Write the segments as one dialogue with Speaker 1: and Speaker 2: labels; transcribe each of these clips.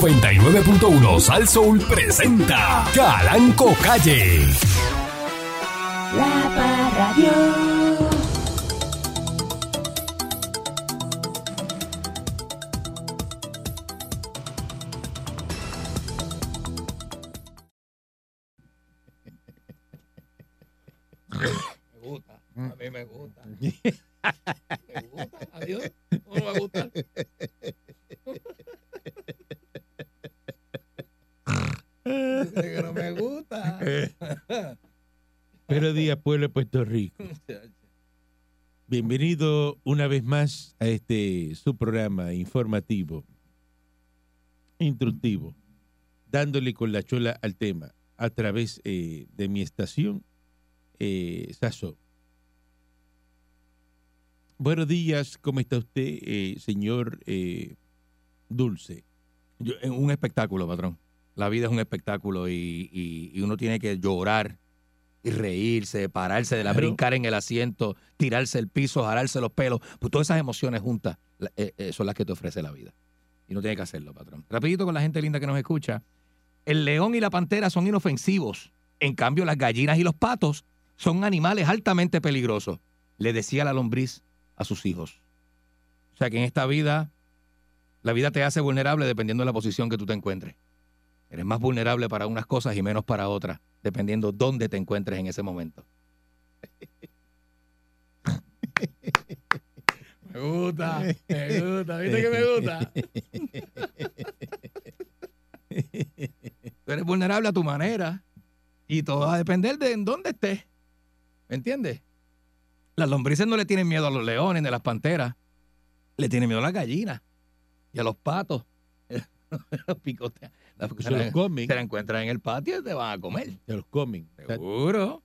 Speaker 1: 99.1 Sal Soul presenta Calanco Calle.
Speaker 2: La Parradio.
Speaker 3: Me gusta, a mí me gusta. Me gusta, adiós. No me va a gustar. Dice que no me gusta.
Speaker 4: Pero día pueblo de Puerto Rico. Bienvenido una vez más a este su programa informativo, instructivo, dándole con la chola al tema a través eh, de mi estación, eh, Sasso. Buenos días, ¿cómo está usted, eh, señor eh, Dulce?
Speaker 5: Yo- es un espectáculo, patrón. La vida es un espectáculo y, y- y uno tiene que llorar y reírse, pararse de la
Speaker 4: Claro.
Speaker 5: brincar en el asiento, tirarse el piso, jalarse los pelos. Pues todas esas emociones juntas la- eh, eh, son las que te ofrece la vida. Y no tiene que hacerlo, patrón. Rapidito con la gente linda que nos escucha. El león y la pantera son inofensivos. En cambio, las gallinas y los patos son animales altamente peligrosos. Le decía la lombriz a sus hijos. O sea que en esta vida la vida te hace vulnerable dependiendo de la posición que tú te encuentres. Eres más vulnerable para unas cosas y menos para otras, dependiendo dónde te encuentres en ese momento.
Speaker 3: Me gusta, me gusta. ¿Viste que me gusta?
Speaker 5: Tú eres vulnerable a tu manera y todo va a depender de en dónde estés. ¿Me entiendes? Las lombrices no le tienen miedo a los leones ni a las panteras. Le tienen miedo a las gallinas y a los patos. los picotean. Las-
Speaker 4: Porque se los comen,
Speaker 5: te la encuentran en el patio y te van a comer.
Speaker 4: se los comen. Tan,
Speaker 5: Seguro.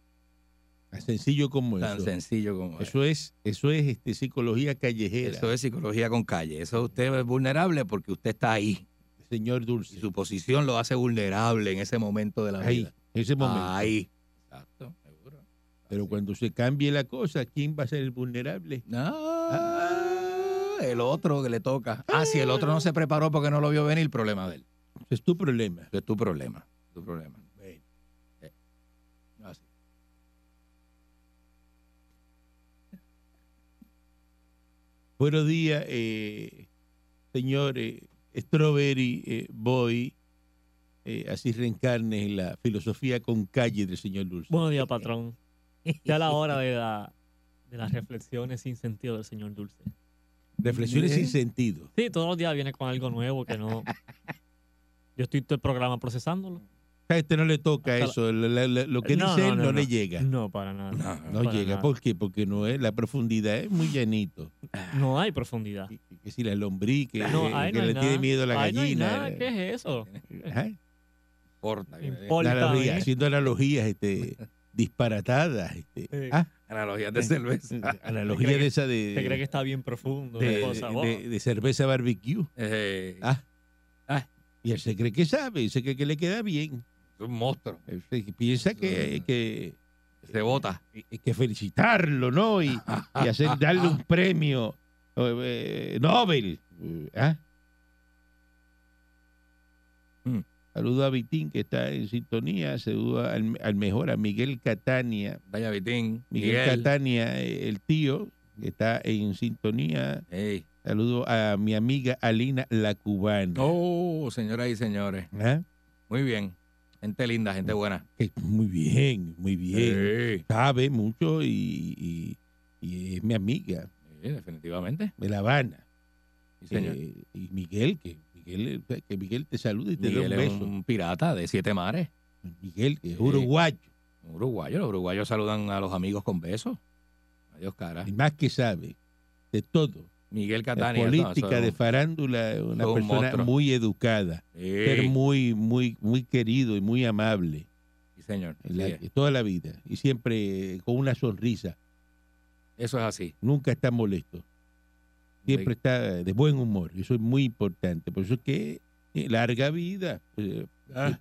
Speaker 4: tan sencillo como
Speaker 5: Tan
Speaker 4: eso.
Speaker 5: sencillo como eso.
Speaker 4: Eso es, eso es este, psicología callejera,
Speaker 5: Eso es psicología con calle. Eso usted es vulnerable porque usted está ahí.
Speaker 4: señor
Speaker 5: Y
Speaker 4: Dulce.
Speaker 5: su posición lo hace vulnerable en ese momento de la
Speaker 4: Ahí,
Speaker 5: vida. Ah,
Speaker 4: en ese momento.
Speaker 5: Ahí. Exacto, seguro.
Speaker 4: Pero
Speaker 5: Así.
Speaker 4: cuando se cambie la cosa, ¿quién va a ser el vulnerable?
Speaker 5: Ah, el otro que le toca. Ah, si el otro no se preparó porque no lo vio venir, problema de él.
Speaker 4: Ese es tu problema.
Speaker 5: Eso es tu problema. Tu problema. Eh, así.
Speaker 4: Buenos días, eh, señor eh, Strawberry eh, Boy. Eh, así reencarnes la filosofía con calle del señor Dulce.
Speaker 6: Buenos días, patrón. Ya la hora de, la- de las reflexiones sin sentido del señor Dulce. ¿eh?
Speaker 4: Reflexiones sin sentido.
Speaker 6: Sí, todos los días viene con algo nuevo que no... Yo estoy todo el programa procesándolo.
Speaker 4: A este no le toca
Speaker 6: Hasta la-
Speaker 4: eso. la- la- la- lo que
Speaker 6: No,
Speaker 4: dice
Speaker 6: no,
Speaker 4: él no,
Speaker 6: no,
Speaker 4: le llega. No,
Speaker 6: No, para nada.
Speaker 5: No,
Speaker 6: No, para
Speaker 4: llega. pues.
Speaker 6: nada.
Speaker 4: ¿Por qué? Porque no es, la profundidad es muy llanito.
Speaker 6: No hay profundidad.
Speaker 4: Que, que si la lombriz, que,
Speaker 6: No, ahí
Speaker 4: eh, que
Speaker 6: no hay
Speaker 4: le tiene
Speaker 6: nada.
Speaker 4: miedo a la
Speaker 6: Ay, no hay
Speaker 4: gallina. eh.
Speaker 6: nada. ¿Qué es eso?
Speaker 4: Ajá.
Speaker 5: Importa. que-
Speaker 6: Importa.
Speaker 4: Analogía,
Speaker 6: ¿eh?
Speaker 4: haciendo analogías este, disparatadas. Este.
Speaker 6: Sí.
Speaker 4: Ah, Eh,
Speaker 5: Analogías de cerveza.
Speaker 4: analogía de esa de,
Speaker 6: ¿Te crees que está bien profundo?
Speaker 4: de-
Speaker 6: la cosa?
Speaker 4: de-
Speaker 6: Wow.
Speaker 4: de- de cerveza barbecue.
Speaker 5: Eh,
Speaker 4: Ah. Y él se cree que sabe, y se cree que le queda bien.
Speaker 5: es un monstruo.
Speaker 4: Él se- piensa que,
Speaker 5: Sí.
Speaker 4: que,
Speaker 5: Se bota.
Speaker 4: que felicitarlo, ¿no? Y, y hacer darle un premio eh, Nobel. Eh, ¿ah?
Speaker 5: Mm.
Speaker 4: Saludo a Vitín, que está en sintonía. Saludo al, al mejor, a Miguel Catania.
Speaker 5: Vaya Vitín.
Speaker 4: Miguel,
Speaker 5: Miguel.
Speaker 4: Catania, eh, el tío, que está en sintonía.
Speaker 5: Ey.
Speaker 4: Saludo a mi amiga Alina la cubana.
Speaker 5: Oh, señoras y señores.
Speaker 4: ¿Ah?
Speaker 5: Muy bien. Gente linda, gente buena.
Speaker 4: Que muy bien, muy bien.
Speaker 5: Sí,
Speaker 4: Sabe mucho y, y- y es mi amiga
Speaker 5: sí, definitivamente.
Speaker 4: de La Habana.
Speaker 5: Sí, señor.
Speaker 4: Eh, y Miguel, que Miguel, eh, que Miguel te saluda y te
Speaker 5: Miguel
Speaker 4: da un
Speaker 5: es
Speaker 4: beso.
Speaker 5: un pirata de siete mares.
Speaker 4: Miguel, que es
Speaker 5: Sí.
Speaker 4: uruguayo,
Speaker 5: Un uruguayo. Los uruguayos saludan a los amigos con besos. Adiós, cara.
Speaker 4: el más que sabe de todo.
Speaker 5: Miguel
Speaker 4: De
Speaker 5: Ah. Catania. no,
Speaker 4: política,
Speaker 5: eso es
Speaker 4: de
Speaker 5: un-
Speaker 4: farándula, es una
Speaker 5: un
Speaker 4: persona
Speaker 5: monstruo.
Speaker 4: muy educada, ser
Speaker 5: Sí,
Speaker 4: muy, muy, muy querido y muy amable.
Speaker 5: sí, señor.
Speaker 4: en la-
Speaker 5: Sí,
Speaker 4: toda la vida y siempre eh, con una sonrisa,
Speaker 5: eso es así.
Speaker 4: nunca está molesto, siempre está de buen humor, eso es muy importante, por eso es que eh, larga vida, eh,
Speaker 5: Ah,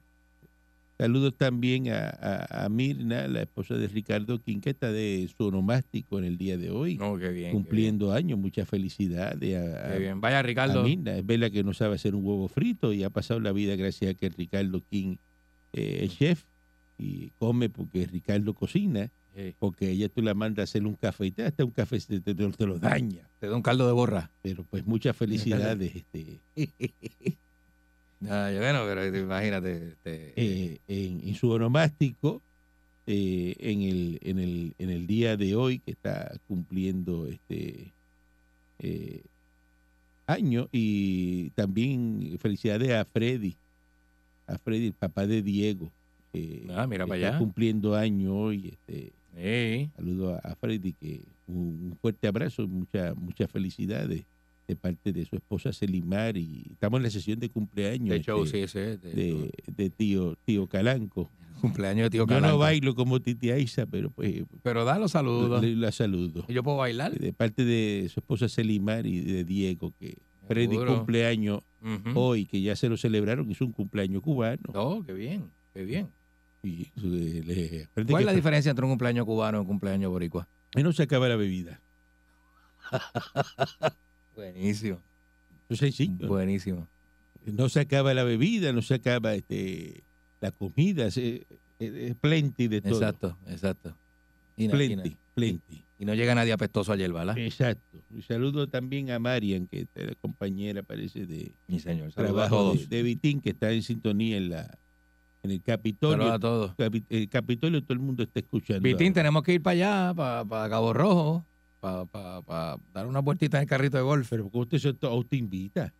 Speaker 4: Saludos también a, a- a Mirna, la esposa de Ricardo Quinqueta de su onomástico en el día de hoy,
Speaker 5: No, qué bien.
Speaker 4: cumpliendo años. Muchas felicidades
Speaker 5: Qué
Speaker 4: a,
Speaker 5: bien.
Speaker 4: a-
Speaker 5: Qué bien. Vaya,
Speaker 4: a
Speaker 5: Ricardo.
Speaker 4: Mirna. Es verdad que no sabe hacer un huevo frito y ha pasado la vida gracias a que Ricardo King eh, es chef y come porque Ricardo cocina,
Speaker 5: Sí.
Speaker 4: porque ella tú la mandas a hacer un café y te hasta un café se te- te- te lo daña.
Speaker 5: Te doy un caldo de borra.
Speaker 4: Pero pues muchas felicidades. este,
Speaker 5: Ay, bueno, pero eh, imagínate. este,
Speaker 4: eh, en, en su onomástico, eh, en, el, en, el, en el día de hoy que está cumpliendo este eh, año. Y también felicidades a Freddy, a Freddy, el papá de Diego. eh,
Speaker 5: ah, mira
Speaker 4: que
Speaker 5: para
Speaker 4: está
Speaker 5: allá.
Speaker 4: cumpliendo año hoy. Este,
Speaker 5: Sí.
Speaker 4: saludo a, a Freddy, que un, un fuerte abrazo, y mucha, muchas felicidades de parte de su esposa Selimar y estamos en la sesión de cumpleaños
Speaker 5: De show,
Speaker 4: este,
Speaker 5: sí, sí. de-
Speaker 4: de, de tío tío Calanco.
Speaker 5: Cumpleaños de tío
Speaker 4: Yo
Speaker 5: Calanco.
Speaker 4: no bailo como Titi Aiza, pero pues
Speaker 5: Pero da los saludos.
Speaker 4: le- la saludo.
Speaker 5: Yo puedo bailar.
Speaker 4: De parte de su esposa Selimar y de Diego, que Freddy
Speaker 5: Seguro.
Speaker 4: cumpleaños Oh.
Speaker 5: Ujú.
Speaker 4: hoy, que ya se lo celebraron, hizo un cumpleaños cubano.
Speaker 5: No, qué bien, qué bien.
Speaker 4: Y eh, le-
Speaker 5: ¿Cuál
Speaker 4: Freddy que
Speaker 5: es la
Speaker 4: fue-
Speaker 5: diferencia entre un cumpleaños cubano y un cumpleaños boricua?
Speaker 4: y no se acaba la bebida.
Speaker 5: Buenísimo.
Speaker 4: Entonces, sí,
Speaker 5: Buenísimo.
Speaker 4: no se acaba la bebida, no se acaba este la comida, se, es, es plenty de todo.
Speaker 5: Exacto, exacto. Y, na- y na-
Speaker 4: Plenty, plenty.
Speaker 5: y no llega nadie apestoso ayer, ¿verdad?
Speaker 4: Exacto. Y saludo también a Marian, que es la compañera, parece, de
Speaker 5: Mi señor. Saludos a
Speaker 4: trabajo de,
Speaker 5: todos.
Speaker 4: de Vitín, que está en sintonía en la en el
Speaker 5: Saludos a
Speaker 4: Capitolio.
Speaker 5: todos.
Speaker 4: Capi- el Capitolio todo el mundo está escuchando.
Speaker 5: Vitín,
Speaker 4: ahora.
Speaker 5: tenemos que ir para allá, para, Cabo Rojo, para, dar una vueltita en el carrito de golf.
Speaker 4: Pero ¿cómo usted se te invita?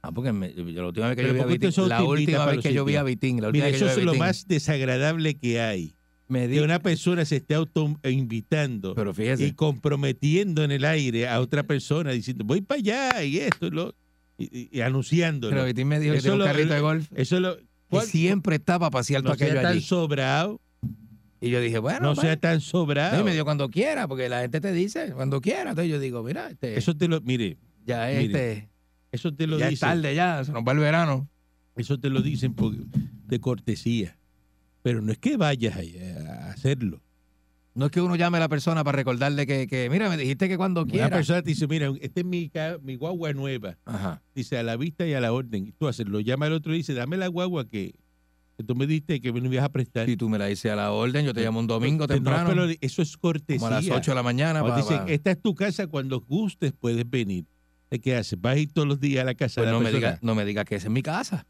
Speaker 5: Ah, porque me- yo- la última vez que
Speaker 4: Pero
Speaker 5: yo vi a
Speaker 4: ¿por qué usted
Speaker 5: Vitín,
Speaker 4: solo
Speaker 5: la
Speaker 4: te invita
Speaker 5: última
Speaker 4: para
Speaker 5: vez
Speaker 4: los
Speaker 5: que yo vi
Speaker 4: sitios?
Speaker 5: a Vitín, la última
Speaker 4: Mira,
Speaker 5: vez que
Speaker 4: eso
Speaker 5: yo vi
Speaker 4: es
Speaker 5: a
Speaker 4: lo
Speaker 5: Vitín,
Speaker 4: más desagradable que hay.
Speaker 5: me di-
Speaker 4: Que una persona se esté auto invitando
Speaker 5: Pero
Speaker 4: y
Speaker 5: fíjese,
Speaker 4: comprometiendo en el aire a otra persona diciendo voy para allá y esto y lo- y, y- y anunciándolo.
Speaker 5: pero Vitín me dijo que
Speaker 4: Eso
Speaker 5: tiene un
Speaker 4: lo-
Speaker 5: carrito de golf
Speaker 4: Eso es lo
Speaker 5: y
Speaker 4: ¿cuál-
Speaker 5: siempre está para pasear
Speaker 4: no
Speaker 5: todo aquello
Speaker 4: sea tan
Speaker 5: allí.
Speaker 4: sobrado,
Speaker 5: Y yo dije, bueno,
Speaker 4: no
Speaker 5: pues,
Speaker 4: sea tan sobrado.
Speaker 5: no, y me dijo cuando quiera, porque la gente te dice cuando quiera. Entonces yo digo, mira, este,
Speaker 4: Eso te lo, mire,
Speaker 5: ya,
Speaker 4: mire,
Speaker 5: este,
Speaker 4: eso te lo
Speaker 5: ya es
Speaker 4: dicen.
Speaker 5: tarde, ya, se nos va el verano.
Speaker 4: Eso te lo dicen por- de cortesía. Pero no es que vayas a, a hacerlo.
Speaker 5: No es que uno llame a la persona para recordarle que, que mira, me dijiste que cuando
Speaker 4: Una
Speaker 5: quiera.
Speaker 4: persona te dice, mira, esta es mi, ca- mi guagua nueva.
Speaker 5: Ajá.
Speaker 4: Dice, a la vista y a la orden. Y tú haces, lo llama el otro y dice, dame la guagua que, que tú me diste que me la ibas a prestar.
Speaker 5: Si tú me la dices a la orden, yo te llamo un domingo
Speaker 4: No,
Speaker 5: temprano,
Speaker 4: pero eso es cortesía.
Speaker 5: como a las 8 de la mañana.
Speaker 4: Cuando
Speaker 5: pa-
Speaker 4: dicen,
Speaker 5: pa-
Speaker 4: esta es tu casa, cuando gustes puedes venir. ¿De ¿Qué haces? Vas a ir todos los días a la casa
Speaker 5: pues
Speaker 4: de la
Speaker 5: no me,
Speaker 4: persona.
Speaker 5: digas no me digas que esa es mi casa.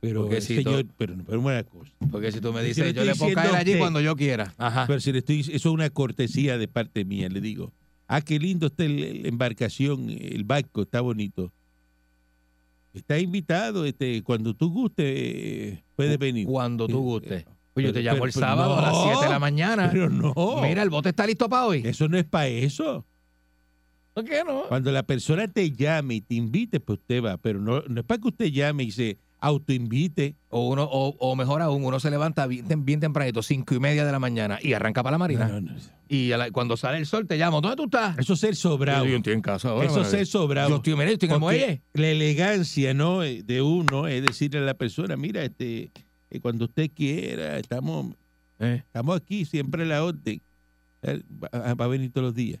Speaker 4: pero,
Speaker 5: porque
Speaker 4: eh,
Speaker 5: si
Speaker 4: señor, pero, pero una cosa.
Speaker 5: Porque si tú me
Speaker 4: Yo
Speaker 5: dices,
Speaker 4: le
Speaker 5: yo
Speaker 4: estoy
Speaker 5: le puedo
Speaker 4: diciendo
Speaker 5: caer
Speaker 4: a
Speaker 5: allí
Speaker 4: usted.
Speaker 5: cuando yo quiera. Ajá.
Speaker 4: Pero si le estoy, eso es una cortesía de parte mía, le digo. Ah, qué lindo está el- el- la embarcación, el barco, está bonito. Está invitado, este, cuando tú gustes, eh, puedes venir.
Speaker 5: Cuando tú
Speaker 4: Eh,
Speaker 5: gustes.
Speaker 4: eh,
Speaker 5: Pues yo
Speaker 4: pero-
Speaker 5: te llamo
Speaker 4: pero-
Speaker 5: el
Speaker 4: pero
Speaker 5: sábado a las
Speaker 4: no,
Speaker 5: 7 de la mañana.
Speaker 4: Pero no,
Speaker 5: Mira, el bote está listo para hoy.
Speaker 4: eso no es para eso.
Speaker 5: ¿Por qué no?
Speaker 4: Cuando la persona te llame y te invite, pues usted va, pero no, no es para que usted llame y se autoinvite.
Speaker 5: O, uno, o, o mejor aún, uno se levanta bien, tem- bien tempranito, cinco y media de la mañana, y arranca para la marina.
Speaker 4: No, no, no.
Speaker 5: Y a la- cuando sale el sol te llamo, ¿dónde tú estás?
Speaker 4: Eso es ser sobrado.
Speaker 5: Yo, yo estoy en casa ahora.
Speaker 4: Eso es
Speaker 5: maravilla.
Speaker 4: ser sobrado.
Speaker 5: Yo estoy, mira, yo estoy en el
Speaker 4: Porque
Speaker 5: muelle.
Speaker 4: La elegancia, ¿no? eh, De uno es decirle a la persona, mira, este, eh, cuando usted quiera, estamos,
Speaker 5: Eh.
Speaker 4: estamos aquí, siempre a la orden. Eh, Va, va a venir todos los días.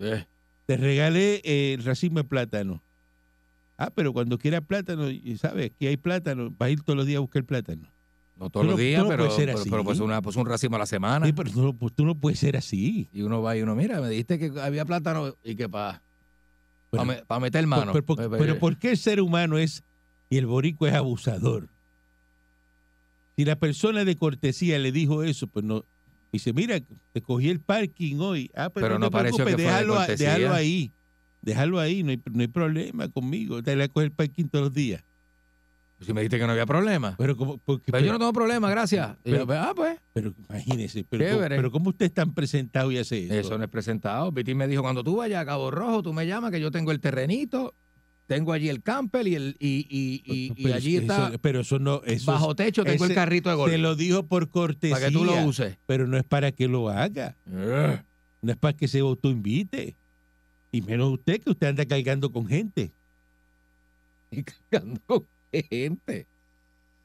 Speaker 5: Eh.
Speaker 4: Te regalé eh, el racimo de plátano. Ah, pero cuando quiera plátano, y ¿sabes? Aquí hay plátano, va a ir todos los días a buscar plátano.
Speaker 5: No todos
Speaker 4: Tú no-
Speaker 5: los días,
Speaker 4: tú no
Speaker 5: pero,
Speaker 4: puedes ser
Speaker 5: pero-
Speaker 4: así. ¿eh?
Speaker 5: pero pues, una, pues un racimo a la semana.
Speaker 4: Sí, pero tú, no- pues tú no puedes ser así.
Speaker 5: Y uno va y uno, mira, me dijiste que había plátano y que para
Speaker 4: Pero-
Speaker 5: meter mano.
Speaker 4: Pero, pero-
Speaker 5: Eh,
Speaker 4: pero ¿por qué el ser humano es y el borico es abusador? Si la persona de cortesía le dijo eso, pues no. Dice, mira, te cogí el parking hoy. Ah, pero,
Speaker 5: Pero
Speaker 4: no,
Speaker 5: no
Speaker 4: te
Speaker 5: pareció
Speaker 4: preocupes,
Speaker 5: que fuera de
Speaker 4: déjalo, a-
Speaker 5: cortesía.
Speaker 4: déjalo ahí. Déjalo ahí, no hay, no hay problema conmigo. Te la coge el parking todos los días.
Speaker 5: si me dijiste que no había problema.
Speaker 4: Pero, como, porque-
Speaker 5: pero yo no tengo problema, gracias. Y yo, ah, pues.
Speaker 4: pero imagínese, pero,
Speaker 5: Chévere.
Speaker 4: ¿cómo- pero ¿cómo usted es tan presentado y hace eso?
Speaker 5: Eso no es presentado. Vitín me dijo, cuando tú vayas a Cabo Rojo, tú me llamas, que yo tengo el terrenito, tengo allí el camper y, el, y, y- y- y
Speaker 4: Pero
Speaker 5: allí
Speaker 4: Pues, eso-
Speaker 5: está,
Speaker 4: pero eso no. Eso es-
Speaker 5: bajo techo, tengo
Speaker 4: ese-
Speaker 5: el carrito de golf,
Speaker 4: te lo dijo por cortesía.
Speaker 5: para que tú lo uses.
Speaker 4: Pero no es para que lo haga. No es para que se autoinvite. Y menos usted, que usted anda cargando con gente.
Speaker 5: Y cargando gente.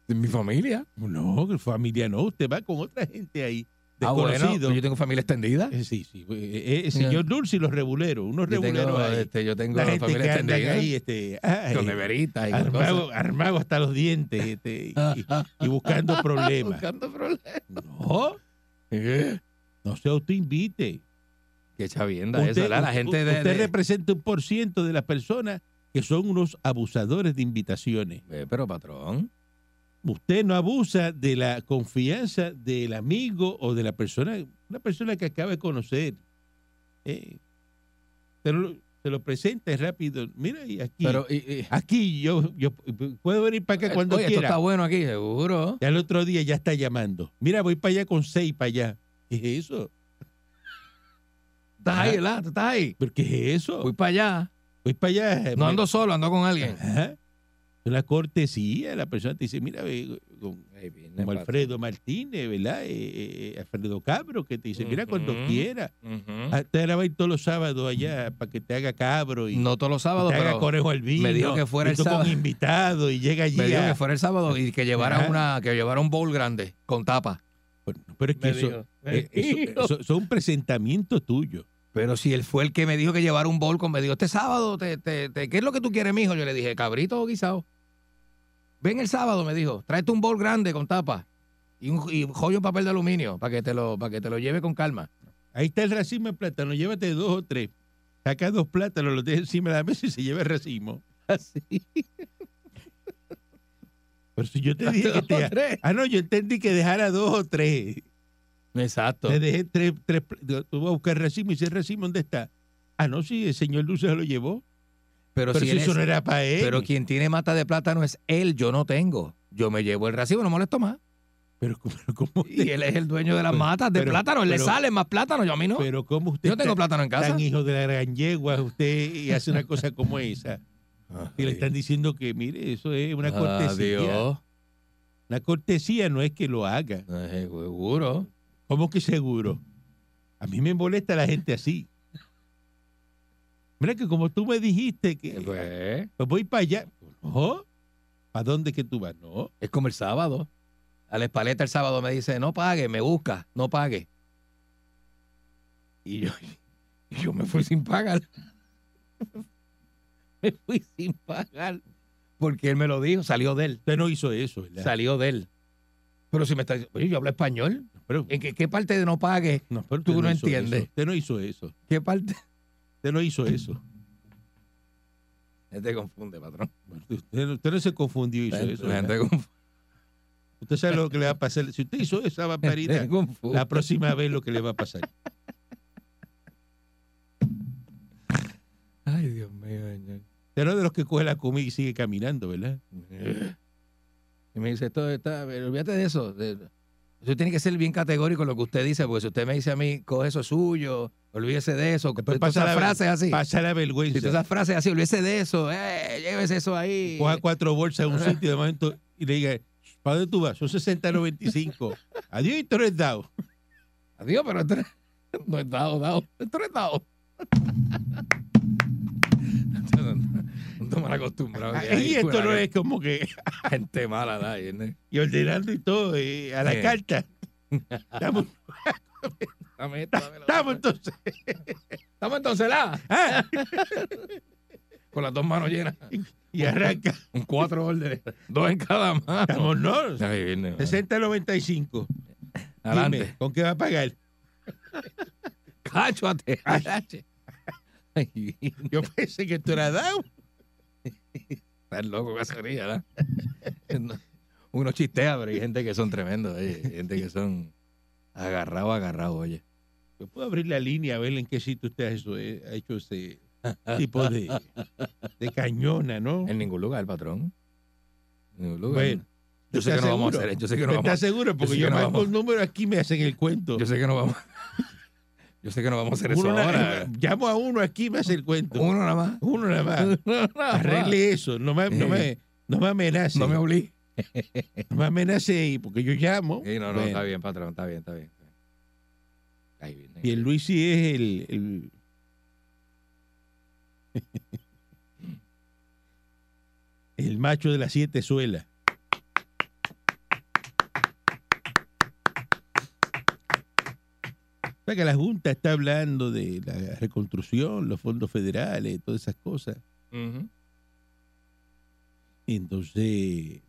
Speaker 5: de mi familia.
Speaker 4: No, que familia no, usted va con otra gente ahí,
Speaker 5: Ah, bueno,
Speaker 4: desconocido.
Speaker 5: yo tengo familia extendida.
Speaker 4: Eh, sí, sí, eh, eh, señor Dulce y los reguleros, unos
Speaker 5: Yo
Speaker 4: reguleros
Speaker 5: tengo,
Speaker 4: ahí.
Speaker 5: este, yo tengo
Speaker 4: La gente que
Speaker 5: familia
Speaker 4: andan
Speaker 5: extendida.
Speaker 4: ahí, este, ay,
Speaker 5: con neveritas y con
Speaker 4: armado,
Speaker 5: cosas.
Speaker 4: armado hasta los dientes este, y, y- y buscando problemas.
Speaker 5: Buscando problemas.
Speaker 4: No,
Speaker 5: Eh,
Speaker 4: no se autoinvite.
Speaker 5: Qué chavienda
Speaker 4: Usted,
Speaker 5: esa, ¿verdad? La gente de...
Speaker 4: usted
Speaker 5: de-
Speaker 4: representa un por ciento de las personas que son unos abusadores de invitaciones.
Speaker 5: Eh, pero patrón,
Speaker 4: Usted no abusa de la confianza del amigo o de la persona, una persona que acaba de conocer. Eh, se, lo, se lo presenta y rápido. Mira, y aquí,
Speaker 5: pero... y- y-
Speaker 4: aquí yo, yo puedo venir para acá cuando
Speaker 5: Eh, Oye, esto
Speaker 4: quiera.
Speaker 5: está bueno aquí, seguro.
Speaker 4: Y al otro día ya está llamando. Mira, voy para allá con seis para allá. ¿Qué es eso?
Speaker 5: Estás ahí, ¿verdad? Tú estás ahí.
Speaker 4: ¿Pero qué es eso?
Speaker 5: Voy para allá.
Speaker 4: Voy para allá.
Speaker 5: No ando solo, ando con alguien.
Speaker 4: Ajá. Es Una cortesía, la persona te dice, mira, ve, con-
Speaker 5: Ahí viene,
Speaker 4: como
Speaker 5: patrón.
Speaker 4: Alfredo Martínez, ¿verdad? Eh, eh, Alfredo Cabro, que te dice, mira, cuando
Speaker 5: Ujú.
Speaker 4: quiera.
Speaker 5: Ujú.
Speaker 4: Ah, Te la va a ir todos los sábados allá para que te haga cabro y
Speaker 5: No todos los sábados,
Speaker 4: te haga
Speaker 5: pero...
Speaker 4: conejo al vino.
Speaker 5: me dijo que fuera
Speaker 4: y
Speaker 5: el
Speaker 4: tú con
Speaker 5: sábado.
Speaker 4: invitado y llega allí.
Speaker 5: Me dijo
Speaker 4: a-
Speaker 5: que fuera el sábado y que llevara
Speaker 4: Ajá.
Speaker 5: una, que llevara un bowl grande con tapa.
Speaker 4: Pero es que
Speaker 3: Me
Speaker 4: eso,
Speaker 3: dijo, me
Speaker 4: eh, eso-
Speaker 3: dijo.
Speaker 4: eso- eso es un presentamiento tuyo.
Speaker 5: Pero si él fue el que me dijo que llevara un bol con me dijo, este sábado, te, te- te- ¿qué es lo que tú quieres, mijo? Yo le dije, cabrito o guisado. Ven el sábado, me dijo, tráete un bol grande con tapa y un y un joyo en papel de aluminio para que te lo, para que te lo lleve con calma.
Speaker 4: Ahí está el racimo de plátano, llévate dos o tres. Saca dos plátanos, los deja encima de la mesa y se lleva el racimo.
Speaker 5: Así.
Speaker 4: Pero si yo te dije que te... Ah, no, yo entendí que dejara dos o tres.
Speaker 5: Exacto.
Speaker 4: Te dejé tres, tres... pl- Tú vas a buscar racimo y ese racimo, ¿dónde está? Ah, no, sí, el señor Dulce se lo llevó.
Speaker 5: Pero,
Speaker 4: Pero,
Speaker 5: si
Speaker 4: si
Speaker 5: él
Speaker 4: eso
Speaker 5: es-
Speaker 4: no era para él.
Speaker 5: pero
Speaker 4: Pero,
Speaker 5: quien tiene mata de plátano es él, yo no tengo. Yo me llevo el recibo, no molesto más.
Speaker 4: ¿cómo- pero ¿cómo
Speaker 5: Y
Speaker 4: usted,
Speaker 5: él es el dueño de las
Speaker 4: Pero-
Speaker 5: matas de
Speaker 4: pero-
Speaker 5: plátano. Él le
Speaker 4: pero-
Speaker 5: sale más plátano, yo a mí no.
Speaker 4: pero cómo usted
Speaker 5: yo no tengo
Speaker 4: está
Speaker 5: plátano en casa.
Speaker 4: tan hijo de la gran yegua usted y hace una cosa como esa?
Speaker 5: Ah,
Speaker 4: Y le están diciendo que, mire, eso es una cortesía.
Speaker 5: Adiós.
Speaker 4: Una cortesía no es que lo haga.
Speaker 5: Ay, Seguro.
Speaker 4: ¿Cómo que seguro? A mí me molesta la gente así. Mira que como tú me dijiste que
Speaker 5: Eh, pues,
Speaker 4: pues voy para allá. No. ¿Para dónde que tú vas? No.
Speaker 5: es como el sábado. A la espaleta el sábado me dice, no pague, me busca, no pague. Y yo, y yo me fui sin pagar. me fui sin pagar. Porque él me lo dijo, salió de él.
Speaker 4: Usted no hizo eso, ¿verdad?
Speaker 5: Salió de él. Pero si me está diciendo, oye, yo hablo español.
Speaker 4: Pero-
Speaker 5: ¿En qué, qué parte de no pague?
Speaker 4: no, pero
Speaker 5: tú
Speaker 4: usted
Speaker 5: no
Speaker 4: hizo
Speaker 5: entiendes.
Speaker 4: eso. Usted no hizo eso.
Speaker 5: ¿Qué parte?
Speaker 4: Usted no hizo eso.
Speaker 5: La gente confunde, patrón.
Speaker 4: Bueno, Usted, no- usted no se confundió y hizo
Speaker 5: La gente-
Speaker 4: eso.
Speaker 5: la gente
Speaker 4: ¿verdad?
Speaker 5: confunde.
Speaker 4: Usted sabe lo que le va a pasar. Si usted hizo esa
Speaker 5: la
Speaker 4: barbaridad,
Speaker 5: gente confunde.
Speaker 4: la próxima vez lo que le va a pasar.
Speaker 5: Ay, Dios mío, señor.
Speaker 4: Usted no es de los que coge la comida y sigue caminando, ¿verdad?
Speaker 5: Y me dice, esto está, pero olvídate de eso. de- Usted tiene que ser bien categórico en lo que usted dice, porque si usted me dice a mí, coge eso suyo, olvídese de eso, que
Speaker 4: Después
Speaker 5: todas
Speaker 4: pasa
Speaker 5: esas
Speaker 4: la,
Speaker 5: frases así.
Speaker 4: pasa la
Speaker 5: Si
Speaker 4: vergüenza.
Speaker 5: todas esas frases así, olvídese de eso, eh, llévese eso ahí.
Speaker 4: coja cuatro bolsas en un sitio y de momento y le diga, ¿para dónde tú vas? Son 60, 95. Adiós y tú eres dado.
Speaker 5: Adiós, pero esto no- no es dado, dado. Esto no es dado. no, no, no estamos acostumbrados. que hay
Speaker 4: y esto
Speaker 5: fuera
Speaker 4: no
Speaker 5: que-
Speaker 4: es como que,
Speaker 5: Gente mala, da, y no-
Speaker 4: y ordenando y todo, eh, a la
Speaker 5: Sí.
Speaker 4: carta. Estamos,
Speaker 5: Dame esto, dame lo
Speaker 4: estamos
Speaker 5: otro.
Speaker 4: entonces.
Speaker 5: Estamos entonces la,
Speaker 4: Ah,
Speaker 5: con las dos manos llenas.
Speaker 4: y arranca.
Speaker 5: Un cuatro órdenes. Dos en cada mano.
Speaker 4: Estamos, no.
Speaker 5: Ahí viene, mano.
Speaker 4: 60, 95. Dime,
Speaker 5: Adelante.
Speaker 4: ¿con qué va a pagar?
Speaker 5: Cacho ATH. Ay,
Speaker 4: Yo pensé que tú eras dado.
Speaker 5: Estás loco, cacería, ¿verdad? No. Uno chistea, pero hay gente que son tremendos. oye. Hay gente que son agarrado, agarrado, oye.
Speaker 4: Yo puedo abrir la línea a ver en qué sitio usted ha hecho, eh, ha hecho ese tipo de, de cañona, ¿no?
Speaker 5: En ningún lugar, patrón. En ningún lugar.
Speaker 4: Bueno,
Speaker 5: yo sé que
Speaker 4: ¿estás
Speaker 5: no vamos a
Speaker 4: seguro?
Speaker 5: hacer Yo sé que no
Speaker 4: ¿Tú
Speaker 5: vamos
Speaker 4: ¿Estás seguro? Porque
Speaker 5: sé
Speaker 4: yo
Speaker 5: que no
Speaker 4: marco
Speaker 5: vamos.
Speaker 4: el número aquí y me hacen el cuento.
Speaker 5: Yo sé que no vamos. Yo sé que no vamos a hacer eso
Speaker 4: Uno na-
Speaker 5: ahora.
Speaker 4: llamo a uno aquí y me hace el cuento. Uno,
Speaker 5: Uno nada más.
Speaker 4: nada más.
Speaker 5: Uno nada más. Eh.
Speaker 4: Arregle eso. No me, no me, no me amenace.
Speaker 5: No me
Speaker 4: No
Speaker 5: obligue.
Speaker 4: me amenace ahí, porque yo llamo.
Speaker 5: Sí, no, no,
Speaker 4: Bueno,
Speaker 5: está bien, patrón, está bien, está bien. está bien. Ahí viene.
Speaker 4: Y el Luisi es el, el- el macho de las siete suelas. sea que la Junta está hablando de la reconstrucción, los fondos federales, todas esas cosas.
Speaker 3: Ujú.
Speaker 4: Entonces,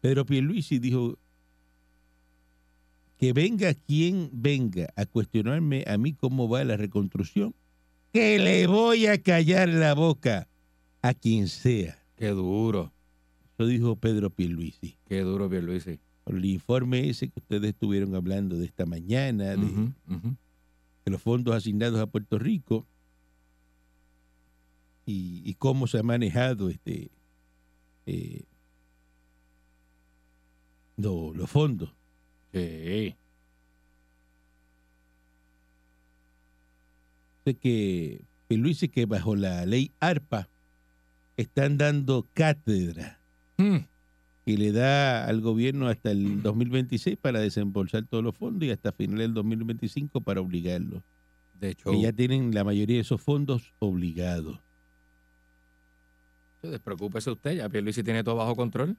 Speaker 4: Pedro Pierluisi dijo que venga quien venga a cuestionarme a mí cómo va la reconstrucción, que le voy a callar la boca a quien sea.
Speaker 5: Qué duro,
Speaker 4: Eso dijo Pedro Pierluisi.
Speaker 5: qué duro, Pierluisi.
Speaker 4: Por el informe ese que ustedes estuvieron hablando de esta mañana, de,
Speaker 5: Ujú, ujú.
Speaker 4: de los fondos asignados a Puerto Rico y, y cómo se ha manejado este eh, lo- los fondos.
Speaker 5: Sí.
Speaker 4: Sé que que Luis dice que bajo la ley ARPA están dando cátedra
Speaker 5: Mm.
Speaker 4: que le da al gobierno hasta el 2026 para desembolsar todos los fondos y hasta final del 2025 para obligarlo.
Speaker 5: De hecho,
Speaker 4: Que ya tienen la mayoría de esos fondos obligados.
Speaker 5: despreocúpese usted, ya Pierluisi tiene todo bajo control.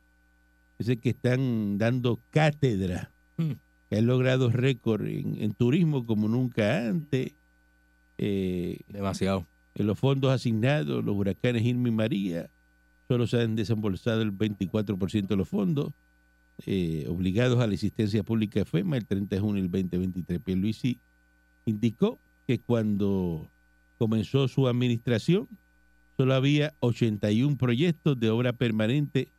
Speaker 4: Dice que están dando cátedra,
Speaker 5: Mm.
Speaker 4: que han logrado récord en, en turismo como nunca antes. Eh,
Speaker 5: Demasiado.
Speaker 4: en los fondos asignados, los huracanes Irma y María, solo se han desembolsado el 24% de los fondos, eh, obligados a la existencia pública de FEMA el 30 de junio del 2023. Pierluisi indicó que cuando comenzó su administración, solo había 81 proyectos de obra permanente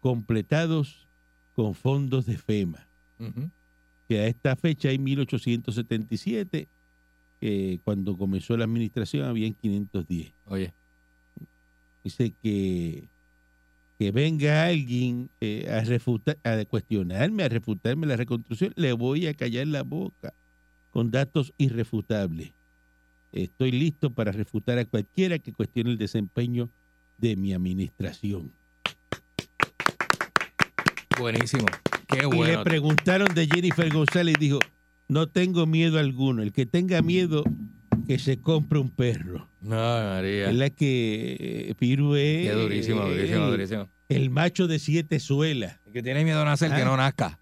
Speaker 4: completados con fondos de FEMA
Speaker 5: Ujú.
Speaker 4: que a esta fecha hay 1877, que eh, cuando comenzó la administración habían 510.
Speaker 5: Oye,
Speaker 4: Dice que, que venga alguien eh, a refutar, a cuestionarme, a refutarme la reconstrucción, le voy a callar la boca con datos irrefutables. Estoy listo para refutar a cualquiera que cuestione el desempeño de mi administración.
Speaker 5: buenísimo. Qué
Speaker 4: Y le
Speaker 5: bueno.
Speaker 4: preguntaron de Jennifer González y dijo, no tengo miedo alguno. El que tenga miedo, que se compre un perro.
Speaker 5: No, María.
Speaker 4: Es la que eh, Piru es
Speaker 5: Qué durísimo,
Speaker 4: el,
Speaker 5: durísimo, durísimo.
Speaker 4: el macho de siete suelas.
Speaker 5: El que tiene miedo a nacer,
Speaker 4: Ah.
Speaker 5: que no nazca.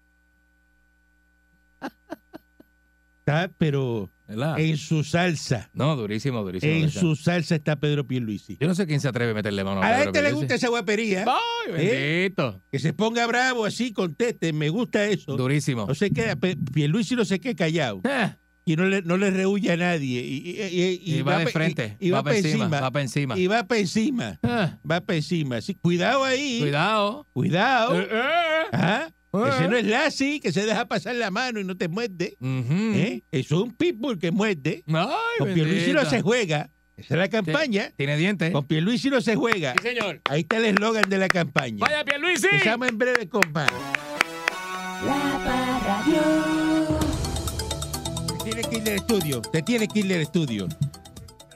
Speaker 4: Está, pero
Speaker 5: ¿Verdad?
Speaker 4: en su salsa.
Speaker 5: No, durísimo, durísimo.
Speaker 4: En
Speaker 5: durísimo.
Speaker 4: su salsa está Pedro Pierluisi.
Speaker 5: Yo no sé quién se atreve a meterle mano a
Speaker 4: A la
Speaker 5: Pedro
Speaker 4: gente le gusta ¿Eh?
Speaker 5: Pierluisi.
Speaker 4: esa guapería.
Speaker 5: ¡Ay, bendito!
Speaker 4: Que se ponga bravo así, conteste. Me gusta eso.
Speaker 5: Durísimo.
Speaker 4: No se queda, Pe- Pierluisi no se queda callado.
Speaker 5: Eh,
Speaker 4: Y no le, no le rehuye a nadie. Y, y- y-
Speaker 5: y,
Speaker 4: y
Speaker 5: va, de
Speaker 4: pe-
Speaker 5: frente,
Speaker 4: y- y
Speaker 5: va, para encima, va para encima.
Speaker 4: Y va para encima.
Speaker 5: Eh,
Speaker 4: Va para encima. Sí, cuidado ahí. Cuidado.
Speaker 5: cuidado.
Speaker 4: Oh.
Speaker 5: Eh, eh,
Speaker 4: Ajá.
Speaker 5: eh.
Speaker 4: Ese no es Lassie que se deja pasar la mano y no te muerde.
Speaker 5: Ujú.
Speaker 4: ¿eh? Eso es un pitbull que muerde.
Speaker 5: Ay,
Speaker 4: Con Pierluisi no
Speaker 5: bendito.
Speaker 4: se juega. Esa es la campaña.
Speaker 5: Tiene dientes.
Speaker 4: Con Pierluisi no se juega.
Speaker 5: Sí, señor.
Speaker 4: Ahí está el eslogan de la campaña.
Speaker 5: Vaya Pierluisi.
Speaker 4: Empezamos en breve con más.
Speaker 2: La Parradio.
Speaker 4: Tiene que ir del estudio. Te tiene que ir del estudio.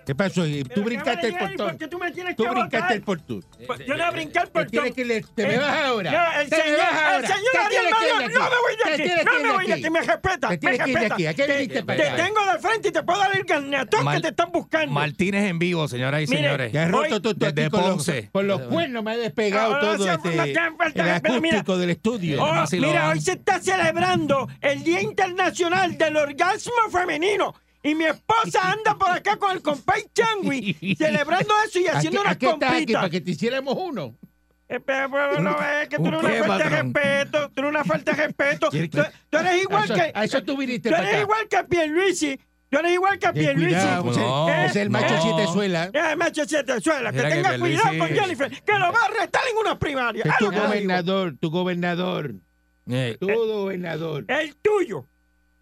Speaker 4: ¿Qué pasó? Eh, Tú brincaste el portón.
Speaker 7: Porque tú me tienes
Speaker 4: Tú
Speaker 7: que
Speaker 4: brincaste el
Speaker 7: votar.
Speaker 4: portón.
Speaker 7: Pues Yo no voy a brincar el
Speaker 4: Te tienes
Speaker 7: portón.
Speaker 4: que ir- Te me
Speaker 7: Eh,
Speaker 4: vas ahora.
Speaker 7: Ya, el
Speaker 4: Te me
Speaker 7: señor,
Speaker 4: vas
Speaker 7: el
Speaker 4: ahora.
Speaker 7: señor
Speaker 4: Te
Speaker 7: Ariel
Speaker 4: tienes que ir de
Speaker 7: Mayor, no me voy de
Speaker 4: Te
Speaker 7: aquí,
Speaker 4: tienes que
Speaker 7: no
Speaker 4: ir
Speaker 7: me voy de
Speaker 4: aquí.
Speaker 7: aquí, me respeta,
Speaker 4: Te tienes
Speaker 7: me
Speaker 4: que ir de
Speaker 7: respeta.
Speaker 4: aquí. ¿A qué
Speaker 7: Te-
Speaker 4: viniste para
Speaker 7: Te
Speaker 4: acá?
Speaker 7: tengo de frente y te puedo dar el garnatón
Speaker 5: Mal-
Speaker 7: que te están buscando.
Speaker 5: Martínez en vivo, señoras y
Speaker 7: Mire,
Speaker 5: señores.
Speaker 4: Ya has
Speaker 7: Hoy,
Speaker 4: roto tú, tú
Speaker 5: desde
Speaker 4: aquí con los,
Speaker 5: Ponce.
Speaker 4: con los cuernos, me ha despegado
Speaker 7: Ahora
Speaker 4: todo
Speaker 7: sí,
Speaker 4: este,
Speaker 7: me hacen falta-
Speaker 4: el acústico
Speaker 7: pero mira,
Speaker 4: del estudio.
Speaker 7: Oh,
Speaker 5: Así lo
Speaker 7: mira,
Speaker 5: dan.
Speaker 7: hoy se está celebrando el Día Internacional del Orgasmo Femenino. Y mi esposa anda por acá con el compay Changui celebrando eso y
Speaker 4: ¿A qué,
Speaker 7: haciendo
Speaker 4: a
Speaker 7: unas
Speaker 4: qué estás aquí? ¿Para
Speaker 7: compritas.
Speaker 4: que te hiciéramos uno?
Speaker 7: Eh, pero, pero, no ves que tú eres
Speaker 5: ¿Qué,
Speaker 7: una falta de
Speaker 5: patrón?
Speaker 7: respeto, tú eres una falta de respeto.
Speaker 4: ¿Quiere que-
Speaker 7: Tú tú eres
Speaker 4: A
Speaker 7: igual
Speaker 4: eso,
Speaker 7: que
Speaker 4: a eso tú viniste
Speaker 7: Tú
Speaker 4: para
Speaker 7: eres
Speaker 4: acá.
Speaker 7: igual que Pierluisi. Tú eres igual que
Speaker 4: Ten
Speaker 7: Pierluisi.
Speaker 4: cuidado,
Speaker 5: No,
Speaker 4: ese- ese es el macho
Speaker 5: no.
Speaker 4: siete suela.
Speaker 7: Eh, macho siete suela, que
Speaker 5: Mira que
Speaker 7: tenga
Speaker 5: Pierluisi-
Speaker 7: cuidado con Jennifer, que lo va a arrestar en una primaria.
Speaker 4: Que
Speaker 7: Es
Speaker 4: tu
Speaker 7: lo que te digo.
Speaker 4: gobernador, tu gobernador,
Speaker 5: Eh,
Speaker 4: tu gobernador.
Speaker 7: El tuyo.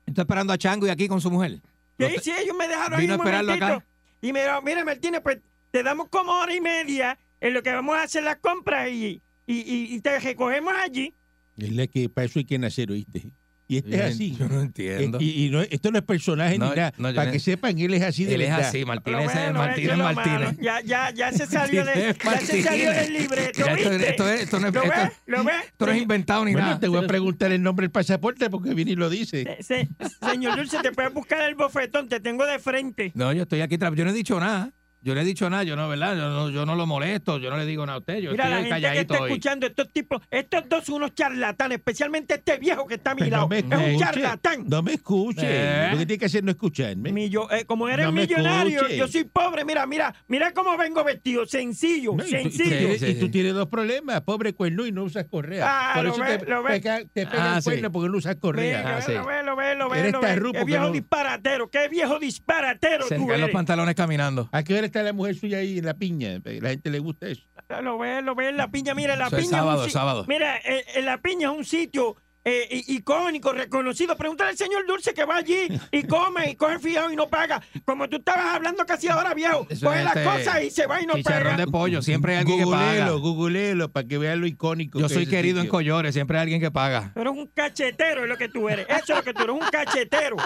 Speaker 5: está esperando a Chango y aquí con su mujer.
Speaker 7: Que
Speaker 5: No te-
Speaker 7: si ellos me dejaron ahí
Speaker 5: Vino a
Speaker 7: un
Speaker 5: esperarlo
Speaker 7: momentito.
Speaker 5: acá.
Speaker 7: Y me dijo, mira Martínez, pues te damos como hora y media en lo que vamos a hacer las compras y, y, y- y te recogemos allí.
Speaker 4: Es la que para eso hay que nacer, ¿oíste? Y este es así.
Speaker 5: Yo no
Speaker 4: Eh,
Speaker 5: entiendo.
Speaker 4: Y, y no, esto no es personaje
Speaker 5: No,
Speaker 4: ni nada.
Speaker 5: no, yo
Speaker 4: para
Speaker 5: no-
Speaker 4: que sepan, él es así de
Speaker 5: Él es
Speaker 4: verdad.
Speaker 5: así,
Speaker 7: Pero
Speaker 5: Martínez, es-
Speaker 7: bueno, eso
Speaker 5: Martínez,
Speaker 7: es lo
Speaker 5: Martínez.
Speaker 7: malo. Ya, ya, ya se salió, de,
Speaker 5: Martínez,
Speaker 7: ya se salió
Speaker 5: Martínez.
Speaker 7: del libreto,
Speaker 5: Ya, esto,
Speaker 7: ¿viste?
Speaker 5: esto es- esto no es,
Speaker 7: ¿Lo
Speaker 5: esto-
Speaker 7: ves? ¿Lo ves?
Speaker 5: esto no es inventado ni
Speaker 4: Bueno,
Speaker 5: nada.
Speaker 4: te voy a preguntar el nombre del pasaporte porque viene y lo dice.
Speaker 7: Se- se- señor Dulce, te puedes buscar el bofetón, te tengo de frente.
Speaker 5: No, yo estoy aquí. tra- Yo no he dicho nada. Yo no he dicho nada, yo no, ¿verdad? Yo no, yo no lo molesto, yo no le digo nada a usted, yo
Speaker 7: Mira, la
Speaker 5: estoy
Speaker 7: gente que
Speaker 5: calladito
Speaker 7: está
Speaker 5: hoy.
Speaker 7: escuchando, estos tipos, estos dos son unos charlatanes, especialmente este viejo que está a mi
Speaker 4: Pero
Speaker 7: lado.
Speaker 4: no me
Speaker 7: es un
Speaker 4: escuche.
Speaker 7: charlatán.
Speaker 4: No me escuche.
Speaker 5: Eh.
Speaker 4: Lo que tiene que hacer no escucharme.
Speaker 7: Millo- eh, como eres
Speaker 4: No me
Speaker 7: millonario,
Speaker 4: escuche.
Speaker 7: yo soy pobre. Mira, mira, mira cómo vengo vestido. Sencillo,
Speaker 4: No, y, tú, y tú
Speaker 7: sencillo.
Speaker 4: tienes,
Speaker 5: Sí,
Speaker 4: y
Speaker 5: sí,
Speaker 4: tú
Speaker 5: sí.
Speaker 4: tienes dos problemas, pobre cuerno y no usas correa.
Speaker 7: Ah,
Speaker 4: Por
Speaker 7: lo
Speaker 4: eso
Speaker 7: ve,
Speaker 4: te,
Speaker 7: lo ve.
Speaker 4: pega, te pega
Speaker 5: Ah,
Speaker 4: el
Speaker 5: sí.
Speaker 4: cuerno porque no usas
Speaker 7: Mira,
Speaker 4: correa.
Speaker 5: Venga. Ah, sí.
Speaker 7: velo, velo, velo,
Speaker 4: Eres
Speaker 7: velo, velo.
Speaker 4: tarrupo
Speaker 7: Qué
Speaker 4: que
Speaker 7: viejo
Speaker 4: no-
Speaker 7: disparatero, qué viejo disparatero
Speaker 5: Se le
Speaker 7: tú
Speaker 5: caen los
Speaker 7: eres.
Speaker 5: pantalones caminando.
Speaker 4: ¿A qué hora está la mujer suya ahí en la piña? La gente le gusta eso.
Speaker 7: Lo ve, lo ve, la piña, mira, la
Speaker 5: Eso es
Speaker 7: piña. un
Speaker 5: sábado,
Speaker 7: si-
Speaker 5: sábado.
Speaker 7: Mira, eh, eh, la piña es un sitio eh, i- icónico, reconocido. Pregúntale al señor Dulce que va allí y come y coge fiado y no paga. Como tú estabas hablando casi ahora, viejo.
Speaker 5: Eso es
Speaker 7: Coge las
Speaker 5: este
Speaker 7: cosas y se va y no
Speaker 5: Chicharrón
Speaker 7: paga.
Speaker 5: de pollo, siempre hay alguien que paga.
Speaker 4: Googleelo, googleelo para que vean lo icónico.
Speaker 5: Yo
Speaker 4: que
Speaker 5: soy
Speaker 4: es ese
Speaker 5: querido en
Speaker 4: sitio.
Speaker 5: Collores, siempre hay alguien que paga.
Speaker 7: Tú eres un cachetero, es lo que tú eres. Eso es lo que tú eres, un cachetero.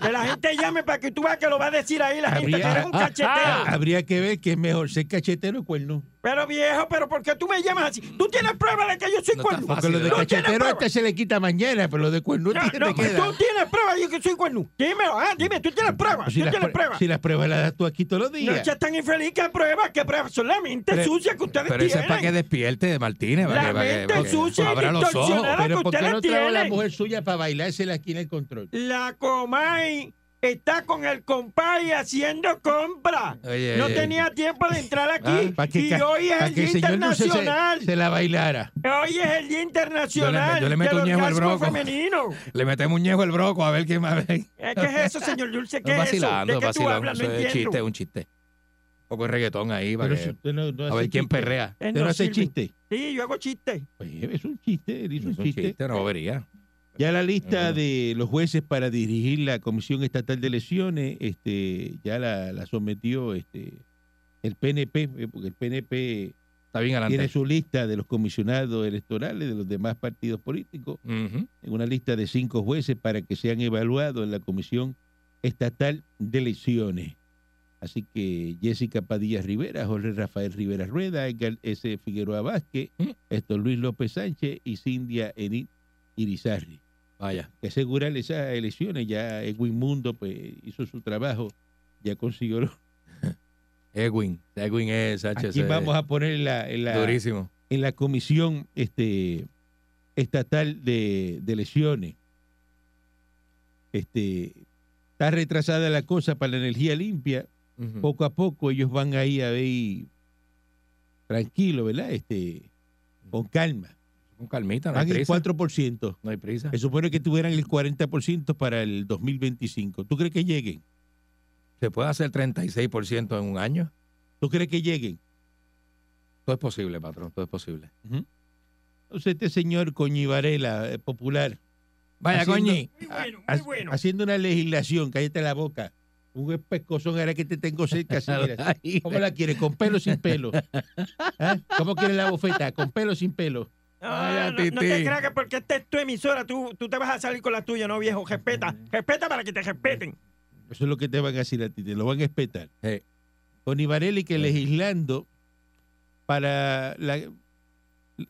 Speaker 7: Que la gente llame para que tú veas que lo va a decir ahí la gente, que
Speaker 4: Habría,
Speaker 7: eres un cachetero.
Speaker 4: habría que ver qué es mejor, ser cachetero o cuerno.
Speaker 7: Pero viejo, pero ¿por qué tú me llamas así? ¿Tú tienes prueba de que yo soy
Speaker 5: No
Speaker 7: cuerno?
Speaker 5: está
Speaker 4: Porque
Speaker 5: Así
Speaker 4: lo
Speaker 5: es.
Speaker 4: de
Speaker 5: No
Speaker 7: tiene
Speaker 4: cachetero
Speaker 7: prueba.
Speaker 4: hasta se le quita mañana, pero lo de cuerno
Speaker 7: No,
Speaker 4: tiene
Speaker 7: no, pues,
Speaker 4: que
Speaker 7: tú tienes prueba de que soy cuerno. Dime, ah, dime, tú tienes prueba.
Speaker 4: si,
Speaker 7: tú
Speaker 4: las
Speaker 7: tienes
Speaker 4: prue-
Speaker 7: prueba.
Speaker 4: si las pruebas las das tú aquí todos los
Speaker 7: no
Speaker 4: días.
Speaker 7: seas tan infeliz que prueba, que prueba. Son la mente
Speaker 5: Pero-
Speaker 7: sucia que ustedes
Speaker 5: Pero eso es
Speaker 7: tienen.
Speaker 5: para que despierte, Martínez. para
Speaker 7: eh. La
Speaker 5: que- para que-
Speaker 7: mente
Speaker 5: para que
Speaker 7: sucia y
Speaker 5: abra los ojos.
Speaker 7: distorsionada. que
Speaker 4: pero ¿por qué
Speaker 7: ustedes
Speaker 4: no trae a la
Speaker 7: tienen.
Speaker 4: mujer suya para bailársela aquí en el control?
Speaker 7: La Comay está con el compay haciendo compra.
Speaker 5: Oye,
Speaker 7: no
Speaker 5: oye.
Speaker 7: tenía tiempo de entrar aquí.
Speaker 4: Ah, para que,
Speaker 7: y
Speaker 4: ca-
Speaker 7: hoy es
Speaker 4: para
Speaker 7: el
Speaker 4: que
Speaker 7: Día
Speaker 4: el señor no se,
Speaker 7: Internacional.
Speaker 4: se, se la bailara.
Speaker 7: Hoy es el Día Internacional
Speaker 5: Yo le meto
Speaker 7: del
Speaker 5: un ñejo al
Speaker 7: orgasmo
Speaker 5: broco.
Speaker 7: femenino.
Speaker 5: Le metemos un ñejo el broco a ver quién más ve.
Speaker 7: Eh, ¿Qué es eso, señor Dulce? ¿Qué
Speaker 5: No,
Speaker 7: es eso?
Speaker 5: vacilando,
Speaker 7: ¿De qué tú
Speaker 5: vacilando.
Speaker 7: hablas? No
Speaker 5: Eso es
Speaker 7: entiendo.
Speaker 5: chiste, un chiste. Un poco de reggaetón ahí para
Speaker 4: Pero
Speaker 5: que-
Speaker 4: si usted no- no
Speaker 5: a
Speaker 4: hace
Speaker 5: ver quién
Speaker 4: chiste.
Speaker 5: perrea.
Speaker 7: Él
Speaker 4: Usted no
Speaker 7: Eh, no
Speaker 4: hace
Speaker 7: sirve.
Speaker 4: chiste.
Speaker 7: Sí, yo hago chistes.
Speaker 4: Pues es un chiste, él hizo
Speaker 5: Es
Speaker 4: un chiste.
Speaker 5: una bobería.
Speaker 4: Ya la lista
Speaker 5: Ujú.
Speaker 4: de los jueces para dirigir la Comisión Estatal de Elecciones, este, ya la, la sometió este, el PNP, eh, porque el PNP
Speaker 5: Está bien
Speaker 4: tiene
Speaker 5: adelante.
Speaker 4: su lista de los comisionados electorales de los demás partidos políticos,
Speaker 5: Ujú.
Speaker 4: en una lista de cinco jueces para que sean evaluados en la Comisión Estatal de Elecciones. Así que Jessica Padilla Rivera, Jorge Rafael Rivera Rueda, Edgar S. Figueroa Vázquez,
Speaker 5: Ujú.
Speaker 4: Héctor Luis López Sánchez y Cindia Edith Irizarri
Speaker 5: Vaya.
Speaker 4: que asegurar esas elecciones. Ya Edwin Mundo pues, hizo su trabajo, ya consiguió. lo-
Speaker 5: Edwin. Edwin es Sánchez.
Speaker 4: Aquí vamos a poner en la, en la,
Speaker 5: Durísimo.
Speaker 4: en la comisión este, estatal de, de elecciones. Este, está retrasada la cosa para la energía limpia.
Speaker 5: Ujú.
Speaker 4: Poco a poco ellos van ahí a ver tranquilo, ¿verdad? Este, con calma.
Speaker 5: Con calmita, no hay
Speaker 4: Van el
Speaker 5: prisa.
Speaker 4: 4%.
Speaker 5: No hay prisa.
Speaker 4: Se supone que tuvieran el 40% para el 2025. ¿Tú crees que lleguen?
Speaker 5: ¿Se puede hacer 36% en un año?
Speaker 4: ¿Tú crees que lleguen?
Speaker 5: Todo es posible, patrón, todo es posible.
Speaker 4: Entonces este señor Coñivarela, eh, popular,
Speaker 5: Vaya,
Speaker 4: Haciendo-
Speaker 5: coñi.
Speaker 7: Muy bueno, muy
Speaker 4: ha-
Speaker 7: bueno.
Speaker 4: haciendo una legislación, cállate la boca, un pescozón ahora que te tengo cerca, así, mira. ¿cómo la quieres? ¿Con pelo o sin pelo? ¿Ah? ¿Cómo quieres la bofeta? ¿Con pelo o sin pelo?
Speaker 7: Ah, No, no, no te
Speaker 5: Titi.
Speaker 7: creas que porque esta es tu emisora, tú, tú te vas a salir con la tuya, no viejo. Respeta, respeta para que te respeten.
Speaker 4: Eso es lo que te van a decir a ti, te lo van a espetar.
Speaker 5: Sí.
Speaker 4: Coñivarela y que
Speaker 5: Sí.
Speaker 4: legislando para la-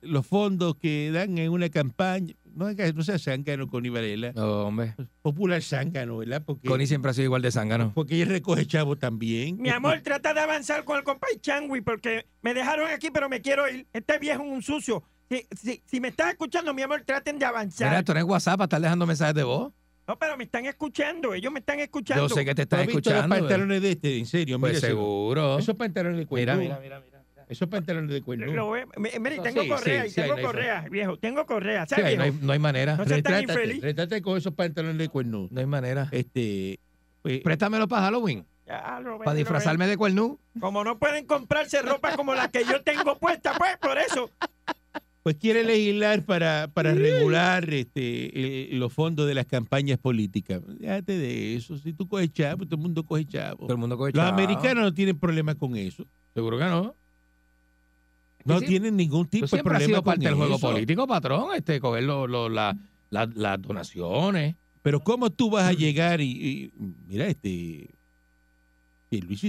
Speaker 4: los fondos que dan en una campaña, no, haga- no sea zángano Coñivarela,
Speaker 5: No, hombre.
Speaker 4: popular zángano, ¿verdad? Porque,
Speaker 5: Connie siempre ha sido igual de zángano.
Speaker 4: porque ella recoge chavo también.
Speaker 7: Mi amor, trata de avanzar con el compay Changui porque me dejaron aquí, pero me quiero ir. Este viejo es un sucio. Si, si- si me estás escuchando, mi amor, traten de
Speaker 5: Mira,
Speaker 7: avanzar.
Speaker 5: tú eres WhatsApp para estar dejando mensajes de voz.
Speaker 7: No, pero me están escuchando, ellos me están escuchando.
Speaker 5: Yo sé que te
Speaker 4: ¿Tú
Speaker 5: están
Speaker 4: has visto
Speaker 5: escuchando. eh.
Speaker 4: los pantalones de este? En serio,
Speaker 5: Pues
Speaker 4: mira,
Speaker 5: seguro.
Speaker 4: Esos pantalones de cuerno.
Speaker 5: Mira, mira,
Speaker 4: Esos pantalones de cuerno.
Speaker 7: Lo ve- me- mira, y
Speaker 5: Eso
Speaker 7: tengo
Speaker 5: sí,
Speaker 7: correa,
Speaker 5: sí,
Speaker 7: y
Speaker 5: sí, ahí
Speaker 7: tengo
Speaker 5: no hay
Speaker 7: correa, viejo, tengo correa.
Speaker 5: Sí,
Speaker 7: ¿Sabes,
Speaker 5: ahí no, hay,
Speaker 7: viejo?
Speaker 5: no hay manera.
Speaker 7: No seas tan
Speaker 4: retrátate,
Speaker 7: infeliz.
Speaker 4: retrátate con esos pantalones de cuerno.
Speaker 5: No hay manera.
Speaker 4: Este, pues,
Speaker 5: Préstamelo para Halloween.
Speaker 7: Ya, lo ve,
Speaker 5: Para
Speaker 7: lo ve.
Speaker 5: disfrazarme de cuernú.
Speaker 7: Como no pueden comprarse ropa como la que yo tengo puesta, pues por eso.
Speaker 4: pues quiere legislar para, para regular este, el- los fondos de las campañas políticas. Déjate de eso. Si tú coges chavo, todo el mundo coge chavo.
Speaker 5: Todo el mundo coge
Speaker 4: Los
Speaker 5: chavo.
Speaker 4: americanos no tienen problema con eso.
Speaker 5: Seguro que no.
Speaker 4: No
Speaker 5: Sí, sí.
Speaker 4: tienen ningún
Speaker 5: Tú
Speaker 4: tipo de
Speaker 5: siempre has
Speaker 4: problema
Speaker 5: sido
Speaker 4: con
Speaker 5: parte del juego
Speaker 4: eso.
Speaker 5: político, patrón. Este, coger lo- lo- la- la- las donaciones.
Speaker 4: Pero cómo tú vas a llegar y, y- mira, este, Luis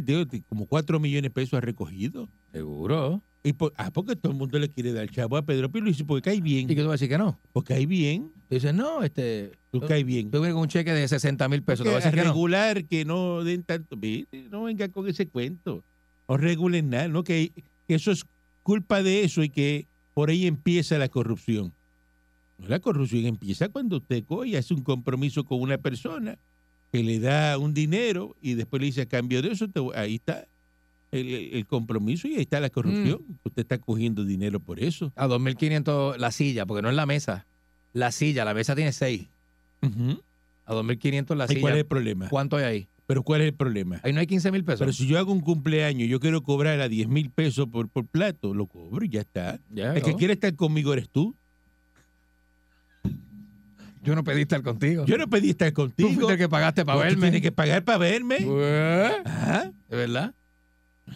Speaker 4: como cuatro millones de pesos ha recogido.
Speaker 5: Seguro.
Speaker 4: Y por- ah, porque todo el mundo le quiere dar chavo a Pedro Pierluisi porque cae
Speaker 5: ¿Y
Speaker 4: bien,
Speaker 5: que tú vas a decir que no?
Speaker 4: porque cae bien,
Speaker 5: Tú dices, no, este.
Speaker 4: tú
Speaker 5: yo-
Speaker 4: cae bien.
Speaker 5: Yo vine con un cheque de 60 mil pesos. Te voy a
Speaker 4: Que
Speaker 5: decir que no.
Speaker 4: regular que no den tanto, vete, no venga con ese cuento. no regulen nada, ¿no? Que, que eso es culpa de eso y que por ahí empieza la corrupción. No, La corrupción empieza cuando usted coge y hace un compromiso con una persona que le da un dinero y después le dice a cambio de eso, te voy-". ahí está el, el- el compromiso y ahí está la corrupción.
Speaker 5: Mm.
Speaker 4: Usted está cogiendo dinero por eso.
Speaker 5: A 2.500 la silla, porque no es la mesa. La silla, la mesa tiene 6. A 2.500 la
Speaker 4: ¿Y cuál es
Speaker 5: silla.
Speaker 4: el problema?
Speaker 5: ¿Cuánto hay ahí?
Speaker 4: Pero ¿cuál es el problema?
Speaker 5: Ahí no hay 15 mil pesos.
Speaker 4: Pero si yo hago un cumpleaños, yo quiero cobrar a 10 mil pesos por, por plato, lo cobro y ya está.
Speaker 5: Ya,
Speaker 4: El que
Speaker 5: ¿no?
Speaker 4: quiere estar conmigo eres tú.
Speaker 5: Yo no pedí estar contigo.
Speaker 4: Yo no pedí estar
Speaker 5: Tú
Speaker 4: contigo.
Speaker 5: fuiste el que pagaste para
Speaker 4: Pues tú
Speaker 5: verme.
Speaker 4: tienes que pagar para verme.
Speaker 5: Pues,
Speaker 4: Ajá.
Speaker 5: ¿De verdad?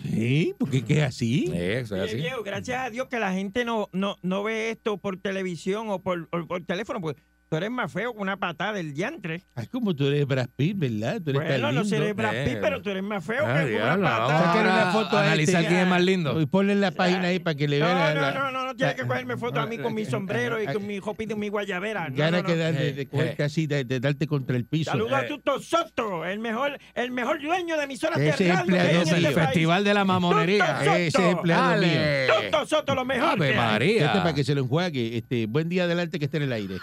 Speaker 4: Sí, porque es que es así.
Speaker 5: Eh, eso es
Speaker 7: Oye,
Speaker 5: así.
Speaker 7: viejo, gracias a Dios que la gente no, no, no ve esto por televisión o por, o por teléfono, porque tú eres más feo que una patada del diantre.
Speaker 4: Es como tú eres Brad Pitt, ¿verdad? Tú eres tan
Speaker 7: Bueno, no
Speaker 4: lindo.
Speaker 7: seré Brad Pitt,
Speaker 5: Eh.
Speaker 7: pero tú eres más feo
Speaker 5: Ah,
Speaker 7: que una
Speaker 5: diablo, vamos
Speaker 7: patada.
Speaker 5: a
Speaker 4: Sácale
Speaker 5: ahora
Speaker 4: una foto a
Speaker 5: analizar
Speaker 4: este.
Speaker 5: quién es más lindo.
Speaker 4: Y ponle en la página ahí para que le
Speaker 7: No,
Speaker 4: vean
Speaker 7: no, no, no, no tienes que cogerme foto a mí con mi sombrero y con mi jopita y mi guayabera. No,
Speaker 4: Eh, Gana
Speaker 7: no, no.
Speaker 4: que dan de, Eh.
Speaker 5: Eh,
Speaker 4: de cogerte
Speaker 5: eh.
Speaker 4: así, de, de darte contra el piso.
Speaker 7: Saludos a Tuto Soto, el mejor, el mejor dueño de emisoras
Speaker 4: Ese
Speaker 7: teatrales que hay en
Speaker 4: empleado
Speaker 5: Es
Speaker 7: este
Speaker 5: el
Speaker 4: mío.
Speaker 7: país.
Speaker 5: festival de la mamonería.
Speaker 7: Tuto
Speaker 4: Ese es
Speaker 7: Soto.
Speaker 4: empleado mío.
Speaker 7: Tuto Soto, lo mejor.
Speaker 5: Ave
Speaker 7: que hay.
Speaker 5: María.
Speaker 4: Este para que se lo enjuague. Este, buen día adelante que esté en el aire.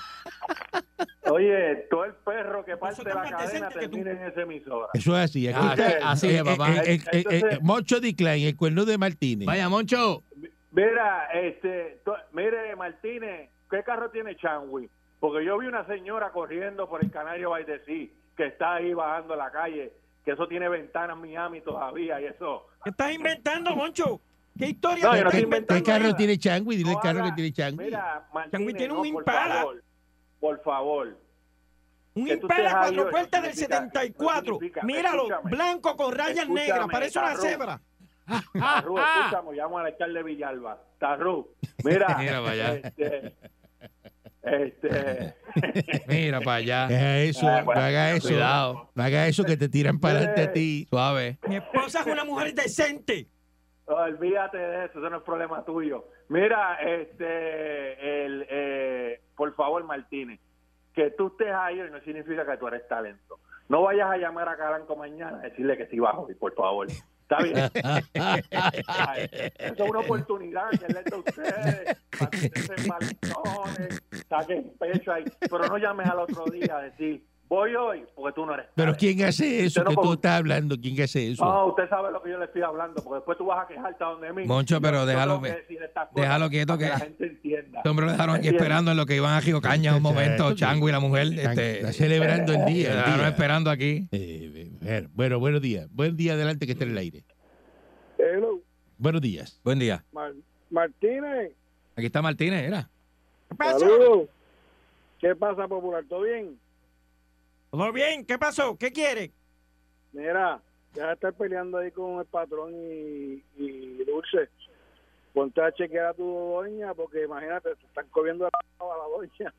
Speaker 8: Oye, todo el perro que parte
Speaker 7: Nosotros
Speaker 8: la
Speaker 7: más
Speaker 8: cadena
Speaker 7: decentes que tú.
Speaker 8: termina en esa emisora.
Speaker 4: Eso es así. Aquí
Speaker 5: Ah,
Speaker 4: está.
Speaker 8: que- así
Speaker 5: es,
Speaker 4: Eh,
Speaker 5: papá.
Speaker 4: eh, eh, eh, eh,
Speaker 8: Entonces-
Speaker 4: Moncho Di Klein, el cuerno de Martínez.
Speaker 5: Vaya, Moncho.
Speaker 8: Mira, este, to- mire, Martínez, ¿qué carro tiene Chanwi? Porque yo vi una señora corriendo por el Canario by the Sea, que está ahí bajando la calle, que eso tiene ventanas Miami todavía y eso.
Speaker 7: ¿Qué estás inventando, Moncho? ¿Qué historia
Speaker 8: No,
Speaker 7: te
Speaker 8: yo no
Speaker 7: estás
Speaker 8: estoy
Speaker 4: ¿Qué,
Speaker 8: inventando
Speaker 4: qué carro
Speaker 8: nada.
Speaker 4: tiene Changui? Dile
Speaker 8: No
Speaker 4: el carro
Speaker 8: haga-
Speaker 4: que tiene Changui.
Speaker 8: Mira,
Speaker 7: Changui
Speaker 8: Martínez,
Speaker 7: tiene un
Speaker 8: no, por
Speaker 7: Impala.
Speaker 8: favor, por favor.
Speaker 7: Un
Speaker 8: que tú
Speaker 7: Impala
Speaker 8: estés ahí,
Speaker 7: cuatro
Speaker 8: oye,
Speaker 7: puertas del
Speaker 8: significa-
Speaker 7: 74.
Speaker 8: significa-
Speaker 7: Míralo,
Speaker 8: escúchame.
Speaker 7: blanco con rayas
Speaker 8: Escúchame,
Speaker 7: negras, parece una
Speaker 8: cabrón.
Speaker 7: cebra. Ah,
Speaker 8: Tarru, escúchame, llamo al alcalde Villalba. Tarru, mira.
Speaker 5: Mira para allá.
Speaker 8: Este, este,
Speaker 5: Mira para allá.
Speaker 4: Deja eso,
Speaker 8: Ah, Eh. bueno,
Speaker 4: no haga eso.
Speaker 5: cuidado.
Speaker 4: No haga eso que te tiran para adelante a ti.
Speaker 5: Suave.
Speaker 7: Mi esposa es una mujer decente.
Speaker 8: olvídate de eso, eso no es problema tuyo. Mira, este, el, eh, por favor, Martínez, que tú estés ahí hoy no significa que tú eres talento. No vayas a llamar a Caranco mañana a decirle que sí va hoy, por favor. Está bien. Ay, Eso es una oportunidad que les da a ustedes para que ustedes se balcones, saquen pecho ahí. Pero no llames al otro día a decir, voy hoy, porque tú no eres.
Speaker 4: Pero
Speaker 8: talento.
Speaker 4: ¿quién hace eso
Speaker 8: Usted no Ah,
Speaker 4: que tú
Speaker 8: con-
Speaker 4: estás hablando? ¿Quién hace eso?
Speaker 8: No, usted sabe lo que yo le estoy hablando, porque después tú vas a quejarte a donde mí.
Speaker 5: Moncho, pero
Speaker 8: Yo
Speaker 5: déjalo
Speaker 8: tengo que
Speaker 5: que-
Speaker 8: decir estas cosas
Speaker 5: déjalo quieto
Speaker 8: para
Speaker 5: que-
Speaker 8: la gente entienda.
Speaker 5: Este hombre lo dejaron aquí esperando en lo que iban a Gio Caña un momento. Chango y la mujer.
Speaker 4: Están-
Speaker 5: Este,
Speaker 4: está celebrando el
Speaker 5: lo
Speaker 4: día. el
Speaker 5: dejaron
Speaker 4: día.
Speaker 5: esperando aquí.
Speaker 4: Eh, bueno, bueno, buenos días. Buen día adelante que esté en el aire.
Speaker 9: Hello,
Speaker 4: Buenos días.
Speaker 5: Buen día.
Speaker 9: Mar- Martínez.
Speaker 5: Aquí está Martínez, era.
Speaker 7: ¿Qué pasó?
Speaker 9: Saludos. ¿Qué pasa, popular? ¿Todo bien?
Speaker 7: ¿Todo bien? ¿Qué pasó? ¿Qué quiere?
Speaker 9: Mira, ya de estar peleando ahí con el patrón y, y Dulce. Ponte a chequear a tu doña, porque imagínate, se están comiendo la a la doña.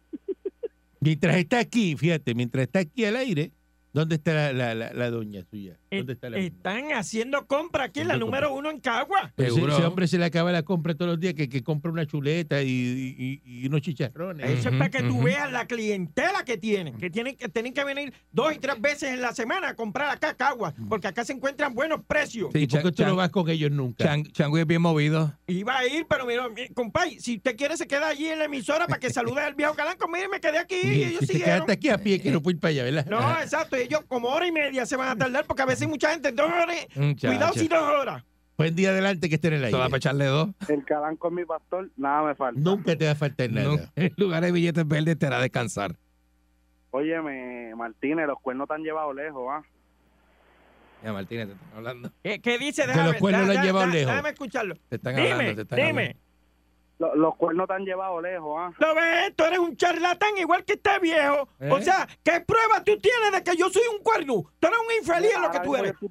Speaker 4: Mientras está aquí, fíjate, mientras está aquí al aire, ¿dónde está la, la- la- la doña suya?
Speaker 7: Eh,
Speaker 4: ¿Dónde está la
Speaker 7: Están haciendo compra aquí, la
Speaker 4: Haciendo
Speaker 7: número uno en Cagua.
Speaker 4: Pero ese-
Speaker 5: Seguro.
Speaker 4: Ese hombre se le acaba la compra todos los días, que, que compra una chuleta y, y- y unos chicharrones.
Speaker 5: Ujú,
Speaker 7: Eso es para que tú
Speaker 5: ujú.
Speaker 7: veas la clientela que tienen, que tienen que tienen que venir dos y tres veces en la semana a comprar acá a Cagua, porque acá se encuentran buenos precios.
Speaker 5: Sí,
Speaker 4: ¿Y por qué
Speaker 5: Chan-
Speaker 4: tú no
Speaker 5: Chan-
Speaker 4: vas con ellos nunca?
Speaker 5: Chan- Chango es bien movido.
Speaker 7: Iba a ir, pero mira, mi- compay, si usted quiere se queda allí en la emisora para que salude al viejo Calanco. Mire, me quedé aquí y
Speaker 4: Y
Speaker 7: ellos
Speaker 4: si te
Speaker 7: siguieron.
Speaker 4: quedaste aquí a pie, que no puedes ir para allá, ¿verdad?
Speaker 7: No, exacto. Ellos como hora y media se van a tardar porque a veces mucha gente dos horas.
Speaker 5: Muchacho.
Speaker 7: Cuidado si dos horas.
Speaker 4: Buen día adelante que esté en el
Speaker 5: Esto va
Speaker 4: aire.
Speaker 5: para echarle dos.
Speaker 9: El calanco es mi pastor, nada me falta.
Speaker 4: Nunca te va a faltar nada.
Speaker 5: No, en lugar de billetes verdes te hará descansar.
Speaker 9: Óyeme, Martínez, los cuernos te han llevado lejos, ¿ah?
Speaker 5: Ya, Martínez, te están hablando.
Speaker 7: ¿Qué, qué dice?
Speaker 4: los
Speaker 7: ver,
Speaker 4: cuernos
Speaker 7: da-
Speaker 4: lo han
Speaker 7: da-
Speaker 4: llevado
Speaker 7: da-
Speaker 4: lejos.
Speaker 7: Déjame escucharlo.
Speaker 5: Te están hablando,
Speaker 7: Dime,
Speaker 5: te están
Speaker 7: dime.
Speaker 9: Los, cuernos te han llevado lejos, ¿ah?
Speaker 7: ¿Lo ves? Tú eres un charlatán igual que este viejo. O
Speaker 5: ¿Eh?
Speaker 7: sea, ¿qué prueba tú tienes de que yo soy un cuerno? Tú eres un infeliz en lo que tú eres. Tú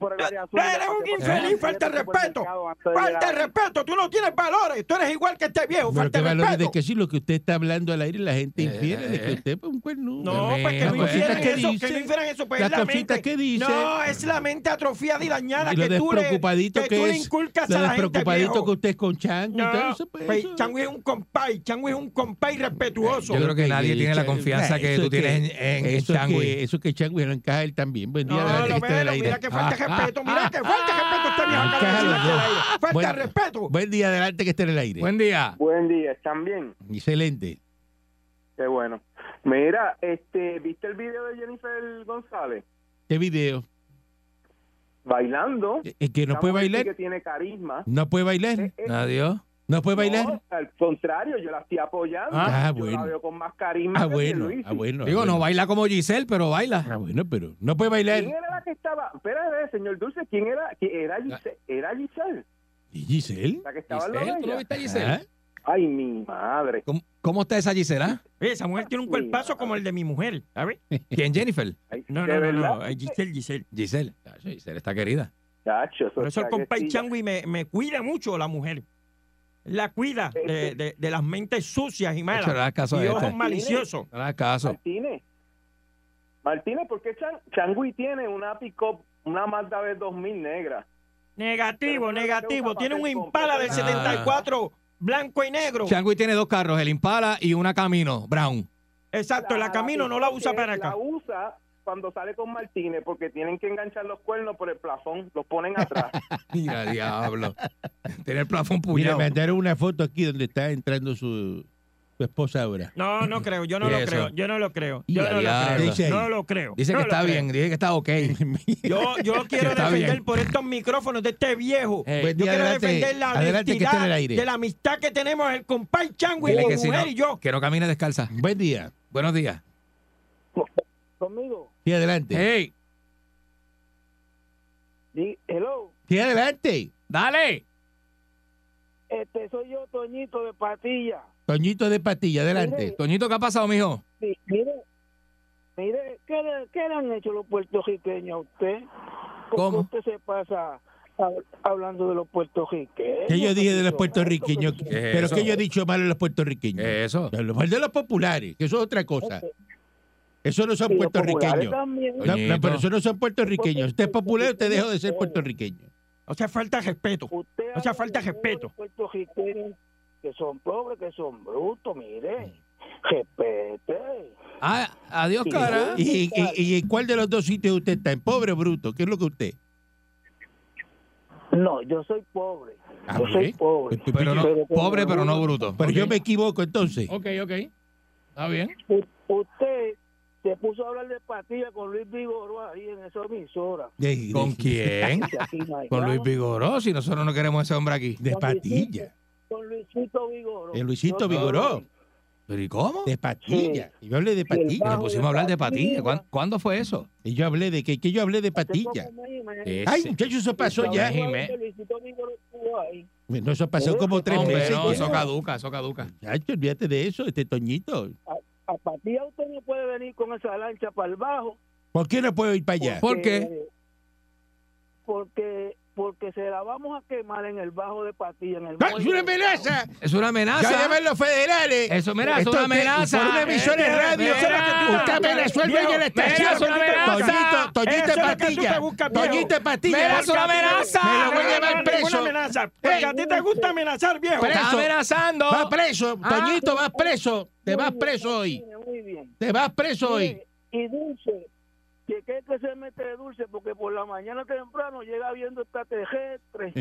Speaker 7: eres un infeliz, falta de respeto. Falta de respeto. Tú no tienes valores. Tú eres igual que este viejo.
Speaker 4: Pero
Speaker 7: Falta
Speaker 4: qué
Speaker 7: de
Speaker 4: valores de
Speaker 7: respeto.
Speaker 4: que sí, lo que usted está hablando al aire, la gente infiere de que
Speaker 5: Eh.
Speaker 4: usted es un cuerno.
Speaker 7: No, pues que
Speaker 5: Las
Speaker 7: no
Speaker 5: cositas
Speaker 7: hicieran
Speaker 4: que
Speaker 7: eso,
Speaker 4: dice,
Speaker 7: que no hicieran eso, pues
Speaker 4: las
Speaker 7: es la
Speaker 4: cositas
Speaker 7: mente.
Speaker 4: que dice.
Speaker 7: No, es la mente atrofiada y dañada
Speaker 4: Y
Speaker 7: que
Speaker 4: lo
Speaker 7: tú le,
Speaker 4: despreocupadito
Speaker 7: que
Speaker 4: que,
Speaker 7: tú le
Speaker 4: es.
Speaker 7: inculcas
Speaker 4: Lo
Speaker 7: a la gente
Speaker 4: despreocupadito
Speaker 7: viejo.
Speaker 4: que usted es con Chango y todo
Speaker 7: No,
Speaker 4: eso, pues,
Speaker 7: pues
Speaker 4: eso-
Speaker 7: Changui es un compay, Changui es un compay respetuoso.
Speaker 5: Yo creo que nadie tiene la
Speaker 4: Changui-
Speaker 5: confianza
Speaker 4: Nah,
Speaker 5: que
Speaker 4: eso
Speaker 5: tú
Speaker 4: es
Speaker 5: tienes en- en, en
Speaker 4: eso Es
Speaker 5: Changui.
Speaker 4: que, eso es que Changui no encaja él también. Buen
Speaker 7: No,
Speaker 4: día,
Speaker 7: no,
Speaker 4: la
Speaker 7: no,
Speaker 4: triste del
Speaker 7: mira,
Speaker 4: aire.
Speaker 7: mira que falta
Speaker 4: Ah,
Speaker 7: respeto, mira
Speaker 4: ah,
Speaker 7: que falta respeto esta vieja
Speaker 4: ah,
Speaker 7: acaba de decir
Speaker 4: ah,
Speaker 7: aquí al aire. Falta
Speaker 4: Bueno.
Speaker 7: respeto.
Speaker 4: Buen día, adelante que esté en el aire.
Speaker 5: Buen día.
Speaker 10: Buen día, ¿están bien?
Speaker 4: Excelente.
Speaker 10: Qué bueno. Mira, este, ¿viste el video de Jennifer González?
Speaker 4: Este video.
Speaker 10: Bailando.
Speaker 4: Eh, eh, que no
Speaker 10: Esa
Speaker 4: puede
Speaker 10: mujer sí
Speaker 4: bailar.
Speaker 10: Que tiene carisma.
Speaker 4: No puede bailar.
Speaker 10: Eh, eh,
Speaker 5: Adiós.
Speaker 4: No puede
Speaker 10: no,
Speaker 4: bailar.
Speaker 10: al contrario, yo la estoy apoyando.
Speaker 4: Ah,
Speaker 10: yo
Speaker 4: bueno.
Speaker 10: la veo con más carisma.
Speaker 4: Ah,
Speaker 10: que
Speaker 4: bueno.
Speaker 10: Pierluisi.
Speaker 4: Ah, bueno. ah,
Speaker 5: Digo, no
Speaker 4: bueno.
Speaker 5: baila como Giselle, pero baila.
Speaker 4: Ah, bueno, pero no puede
Speaker 10: ¿Quién
Speaker 4: bailar.
Speaker 10: era la que estaba? Espérate, señor Dulce, ¿quién era? ¿Quién era, Giselle, era Giselle,
Speaker 4: ¿Y Giselle?
Speaker 10: la que estaba al lado
Speaker 5: Giselle,
Speaker 10: de
Speaker 5: ¿tú no
Speaker 10: ella?
Speaker 5: viste a Giselle?
Speaker 4: Ah,
Speaker 10: Ay, mi madre.
Speaker 5: ¿Cómo, cómo está esa Giselle? ah?
Speaker 7: Oye, esa mujer tiene un cuerpazo como el de mi mujer, ¿sabes?
Speaker 5: ¿Quién, Jennifer?
Speaker 10: Ay,
Speaker 7: No,
Speaker 10: de
Speaker 7: no, no,
Speaker 10: verdad.
Speaker 7: no, eh, Giselle, Giselle.
Speaker 5: Giselle. Ah, sí, Giselle está querida.
Speaker 10: Chacho,
Speaker 7: Por eso el
Speaker 10: está
Speaker 7: compay
Speaker 10: que sí.
Speaker 7: Changui me, me cuida mucho la mujer. La cuida de, de- de las mentes sucias y
Speaker 5: Chacho, no le
Speaker 7: malas.
Speaker 5: hagas caso a
Speaker 7: Y
Speaker 5: este.
Speaker 7: ojos
Speaker 5: No
Speaker 7: maliciosos.
Speaker 5: le hagas caso.
Speaker 10: Martínez. Martínez, ¿por qué Chan- Changui tiene una pick-up, una Mazda B2000 negra?
Speaker 7: Negativo,
Speaker 10: Pero no le
Speaker 7: negativo.
Speaker 10: gusta
Speaker 7: Tiene un
Speaker 10: papel con
Speaker 7: impala del
Speaker 10: papel.
Speaker 4: Ah.
Speaker 7: 74, blanco y negro.
Speaker 5: Changui tiene dos carros, el Impala y una Camino, Brown.
Speaker 7: Exacto, la camino no la usa para acá.
Speaker 10: Ah, La usa cuando sale con Martínez porque tienen que enganchar los cuernos por el plafón, los ponen atrás.
Speaker 5: Mira, diablo. Tiene el plafón
Speaker 4: Mira,
Speaker 5: puñado.
Speaker 4: me mandaron una foto aquí donde está entrando su, su esposa ahora.
Speaker 7: No, no creo, yo no
Speaker 5: Mira
Speaker 7: lo
Speaker 5: eso.
Speaker 7: creo, yo no lo creo,
Speaker 5: Y
Speaker 7: yo
Speaker 5: a
Speaker 7: no lo
Speaker 5: diablo.
Speaker 4: Dice
Speaker 7: creo,
Speaker 4: ahí.
Speaker 7: no lo creo.
Speaker 5: Dice
Speaker 7: no
Speaker 5: que
Speaker 7: lo
Speaker 5: está
Speaker 7: creo.
Speaker 5: bien, dice que está ok.
Speaker 7: Yo, yo quiero
Speaker 5: Está bien.
Speaker 7: defender por estos micrófonos de este viejo.
Speaker 5: Eh,
Speaker 4: Buen
Speaker 7: Yo
Speaker 4: día,
Speaker 7: quiero
Speaker 4: adelante.
Speaker 7: defender la
Speaker 4: Adelante, que esté en el
Speaker 7: honestidad
Speaker 4: aire.
Speaker 7: de la amistad que tenemos el compay Changui, la
Speaker 5: Dile que
Speaker 7: mujer
Speaker 5: si no,
Speaker 7: y yo.
Speaker 5: que no camine descalza.
Speaker 4: Buen día.
Speaker 5: Buenos días.
Speaker 8: Conmigo.
Speaker 4: Sí, adelante.
Speaker 5: Hey,
Speaker 8: Di- Hello.
Speaker 4: Sí, adelante.
Speaker 5: dale.
Speaker 8: Este soy yo, Toñito de Patilla.
Speaker 4: Toñito de Patilla,
Speaker 8: Eh,
Speaker 4: adelante.
Speaker 5: Toñito, ¿qué ha pasado, mijo?
Speaker 8: Sí, mire, mire, ¿qué le, qué le han hecho los puertorriqueños a usted? ¿Por qué
Speaker 5: ¿Cómo?
Speaker 8: usted se pasa hab- hablando de los puertorriqueños?
Speaker 4: ¿Qué yo dije de los
Speaker 8: Toñito?
Speaker 4: puertorriqueños?
Speaker 8: ¿Qué
Speaker 5: es
Speaker 4: ¿Pero
Speaker 5: eso? Eh.
Speaker 4: qué yo he dicho mal de los puertorriqueños?
Speaker 5: ¿Qué es eso?
Speaker 4: Lo mal de los populares, que eso es otra cosa. Eso no son
Speaker 8: Y los populares
Speaker 4: puertorriqueños.
Speaker 8: también.
Speaker 4: No, no, pero eso no son puertorriqueños. Usted es popular, usted dejó de ser
Speaker 8: Oye.
Speaker 4: puertorriqueño.
Speaker 7: O sea, falta de respeto.
Speaker 8: Usted
Speaker 7: O sea,
Speaker 8: habla
Speaker 7: falta de
Speaker 8: de
Speaker 7: respeto.
Speaker 8: los puertorriqueños que son pobres, que son brutos, mire. Respete.
Speaker 5: Ah, adiós, cara.
Speaker 4: ¿Y, y, y en cuál de los dos sitios usted está? ¿En pobre o bruto? ¿Qué es lo que usted?
Speaker 8: No, yo soy pobre.
Speaker 4: Ah,
Speaker 8: yo
Speaker 4: muy
Speaker 8: soy
Speaker 4: bien.
Speaker 8: pobre.
Speaker 5: Pero no, pobre, pero no bruto.
Speaker 4: Pero yo me equivoco entonces.
Speaker 5: Ok, ok. Está bien.
Speaker 8: U- Usted se puso a hablar de patilla con Luis Vigoró ahí en esa emisora.
Speaker 4: De, de-
Speaker 5: ¿Con quién?
Speaker 8: Y aquí no hay
Speaker 5: Con
Speaker 8: nada.
Speaker 5: Luis Vigoró, si nosotros no queremos ese hombre aquí.
Speaker 4: de patilla.
Speaker 8: Con Luisito Vigoró.
Speaker 4: El Eh, Luisito
Speaker 8: Yo-
Speaker 4: Vigoró.
Speaker 5: ¿Pero y cómo?
Speaker 4: De patilla. Y yo hablé de patilla.
Speaker 5: Nos pusimos a hablar de patilla. ¿Cuán- ¿Cuándo fue eso?
Speaker 4: Y yo hablé de que, que yo hablé de
Speaker 8: Hace poco
Speaker 4: patilla.
Speaker 8: me llamé.
Speaker 4: Ay, muchachos, eso pasó
Speaker 8: Estaba
Speaker 4: ya.
Speaker 8: hablando
Speaker 5: Jimé.
Speaker 8: de Luisito Vigoró estuvo ahí.
Speaker 4: Bueno, eso pasó como tres
Speaker 5: Hombre,
Speaker 4: veces.
Speaker 5: no,
Speaker 4: ya.
Speaker 5: eso caduca, eso caduca.
Speaker 4: Muchacho, olvídate de eso, este Toñito.
Speaker 8: A patilla usted no puede venir con esa lancha para el bajo.
Speaker 4: ¿Por qué no puedo ir para allá?
Speaker 5: ¿Por qué?
Speaker 8: porque- Porque, porque se la vamos a quemar en el bajo de patilla. En el
Speaker 4: ¡Ah,
Speaker 8: bajo
Speaker 4: ¡Es una amenaza!
Speaker 5: Es una
Speaker 4: ¡Ya llaman
Speaker 5: amenaza.
Speaker 4: los federales!
Speaker 5: Eso, mira, es
Speaker 4: Esto
Speaker 5: una
Speaker 4: usted-
Speaker 5: amenaza.
Speaker 4: Por una emisora de
Speaker 5: Eh,
Speaker 4: radio.
Speaker 5: mira,
Speaker 4: usted amenazó al
Speaker 7: viejo,
Speaker 4: dueño de la
Speaker 5: mira,
Speaker 4: estación.
Speaker 5: es una amenaza.
Speaker 4: Toñito, Toñito
Speaker 7: Eso es lo que tú te
Speaker 4: Patilla.
Speaker 7: buscas, viejo.
Speaker 4: Toñito Patilla.
Speaker 5: Mira, es una amenaza.
Speaker 7: Me
Speaker 4: Me lo voy a
Speaker 7: no,
Speaker 4: llevar
Speaker 7: no, ninguna
Speaker 4: preso.
Speaker 7: amenaza. Porque a ti te gusta amenazar, viejo.
Speaker 5: Está
Speaker 4: preso.
Speaker 5: amenazando.
Speaker 4: Va preso.
Speaker 5: Ah.
Speaker 4: Toñito, vas preso. Te vas
Speaker 8: Muy bien,
Speaker 4: preso hoy.
Speaker 8: Muy bien.
Speaker 4: Te vas preso hoy.
Speaker 8: Mire, Y Dulce, que que es que se mete de Dulce porque por la mañana temprano llega viendo esta tejestre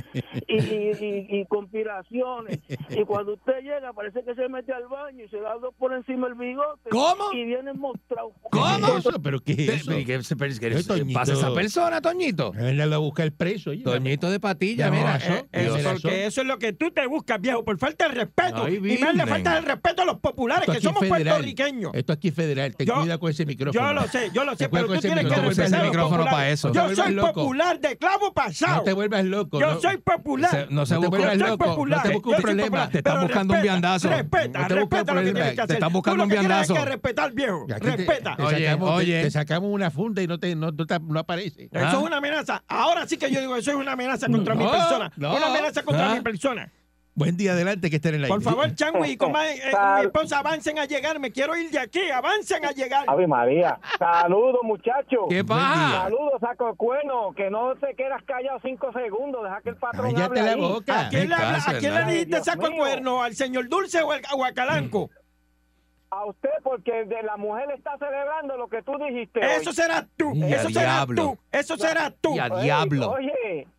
Speaker 8: y, y, y, y conspiraciones. Y cuando usted llega parece que se mete al baño y se da dos por encima el bigote.
Speaker 5: ¿Cómo?
Speaker 8: Y viene mostrado.
Speaker 5: ¿Cómo?
Speaker 4: ¿Qué es eso? ¿Pero qué es eso?
Speaker 5: Pero, ¿y qué se- pero, ¿qué
Speaker 4: Oye, Toñito.
Speaker 5: pasa esa persona, Toñito?
Speaker 4: Venla a buscar el preso. oye.
Speaker 5: Toñito de patilla,
Speaker 4: No,
Speaker 5: mira.
Speaker 4: eso-
Speaker 5: Eh,
Speaker 7: Eso,
Speaker 4: Dios.
Speaker 7: porque eso es lo que tú te buscas, viejo, por falta de respeto.
Speaker 5: Ay,
Speaker 7: y más le
Speaker 5: Virgen.
Speaker 7: falta el respeto a los populares,
Speaker 4: Esto
Speaker 7: que
Speaker 4: aquí es
Speaker 7: somos
Speaker 4: federal.
Speaker 7: puertorriqueños.
Speaker 4: Esto aquí es federal. Te
Speaker 7: Yo-
Speaker 4: cuida con ese micrófono.
Speaker 7: Yo lo sé, yo lo sé,
Speaker 4: Te cuelgo
Speaker 7: pero tú
Speaker 4: ese
Speaker 7: tienes que
Speaker 5: micrófono. Tú usas
Speaker 7: respetar
Speaker 5: el
Speaker 7: a los
Speaker 5: micrófono
Speaker 7: populares.
Speaker 5: para eso.
Speaker 4: No te
Speaker 7: Yo soy
Speaker 4: vuelvas loco.
Speaker 7: popular de clavo
Speaker 4: No
Speaker 7: pasado.
Speaker 4: te vuelvas loco.
Speaker 7: yo
Speaker 4: no.
Speaker 7: soy popular.
Speaker 5: se- no se
Speaker 4: No te
Speaker 5: busca-
Speaker 4: vuelvas
Speaker 7: Yo soy
Speaker 4: loco.
Speaker 7: popular,
Speaker 4: No te
Speaker 7: yo
Speaker 4: busca un
Speaker 7: soy
Speaker 4: problema.
Speaker 7: popular,
Speaker 5: Te están
Speaker 7: pero
Speaker 5: buscando un
Speaker 7: respeta,
Speaker 5: viandazo.
Speaker 7: Respeta,
Speaker 4: No te busca
Speaker 7: respeta lo que
Speaker 4: problema,
Speaker 7: tienes que
Speaker 4: te
Speaker 7: hacer.
Speaker 5: están buscando
Speaker 7: Tú lo
Speaker 5: un
Speaker 7: que tienes
Speaker 5: viandazo.
Speaker 7: Es que respetar, viejo.
Speaker 4: Aquí te-
Speaker 7: Respeta.
Speaker 4: Te,
Speaker 5: Oye,
Speaker 4: sacamos, te-
Speaker 5: oye.
Speaker 4: Te, sacamos una funda y no te, no, no te- no aparece.
Speaker 5: Ah.
Speaker 7: Eso es una amenaza. Ahora sí que yo digo, eso es una amenaza contra mi
Speaker 5: No,
Speaker 7: persona.
Speaker 5: no.
Speaker 7: una amenaza contra
Speaker 5: Ah.
Speaker 7: mi persona.
Speaker 4: Buen día, adelante, que estén en la
Speaker 7: Por favor, Changui y comadre, eh, mi esposa, avancen a llegar. Me quiero ir de aquí. Avancen a llegar.
Speaker 8: Ave María. Saludos, muchachos.
Speaker 5: ¿Qué pasa?
Speaker 8: Saludos, saco cueno. Que no te quedas callado cinco segundos. Deja que el patrón
Speaker 4: Cállate
Speaker 8: hable
Speaker 4: la
Speaker 8: ahí.
Speaker 4: boca.
Speaker 7: ¿A quién le, habla-
Speaker 5: cáncer,
Speaker 7: a quién le
Speaker 8: ¿no?
Speaker 7: dijiste
Speaker 8: Dios
Speaker 7: saco el
Speaker 8: mío.
Speaker 7: cuerno? ¿Al señor Dulce o al Aguacalanco?
Speaker 8: A usted, porque de la mujer está celebrando lo que tú dijiste. hoy.
Speaker 7: Eso serás tú.
Speaker 5: Y a
Speaker 7: Eso serás
Speaker 5: diablo.
Speaker 7: tú. Eso serás tú.
Speaker 5: Y a
Speaker 8: Oye,
Speaker 5: diablo.
Speaker 8: Oye,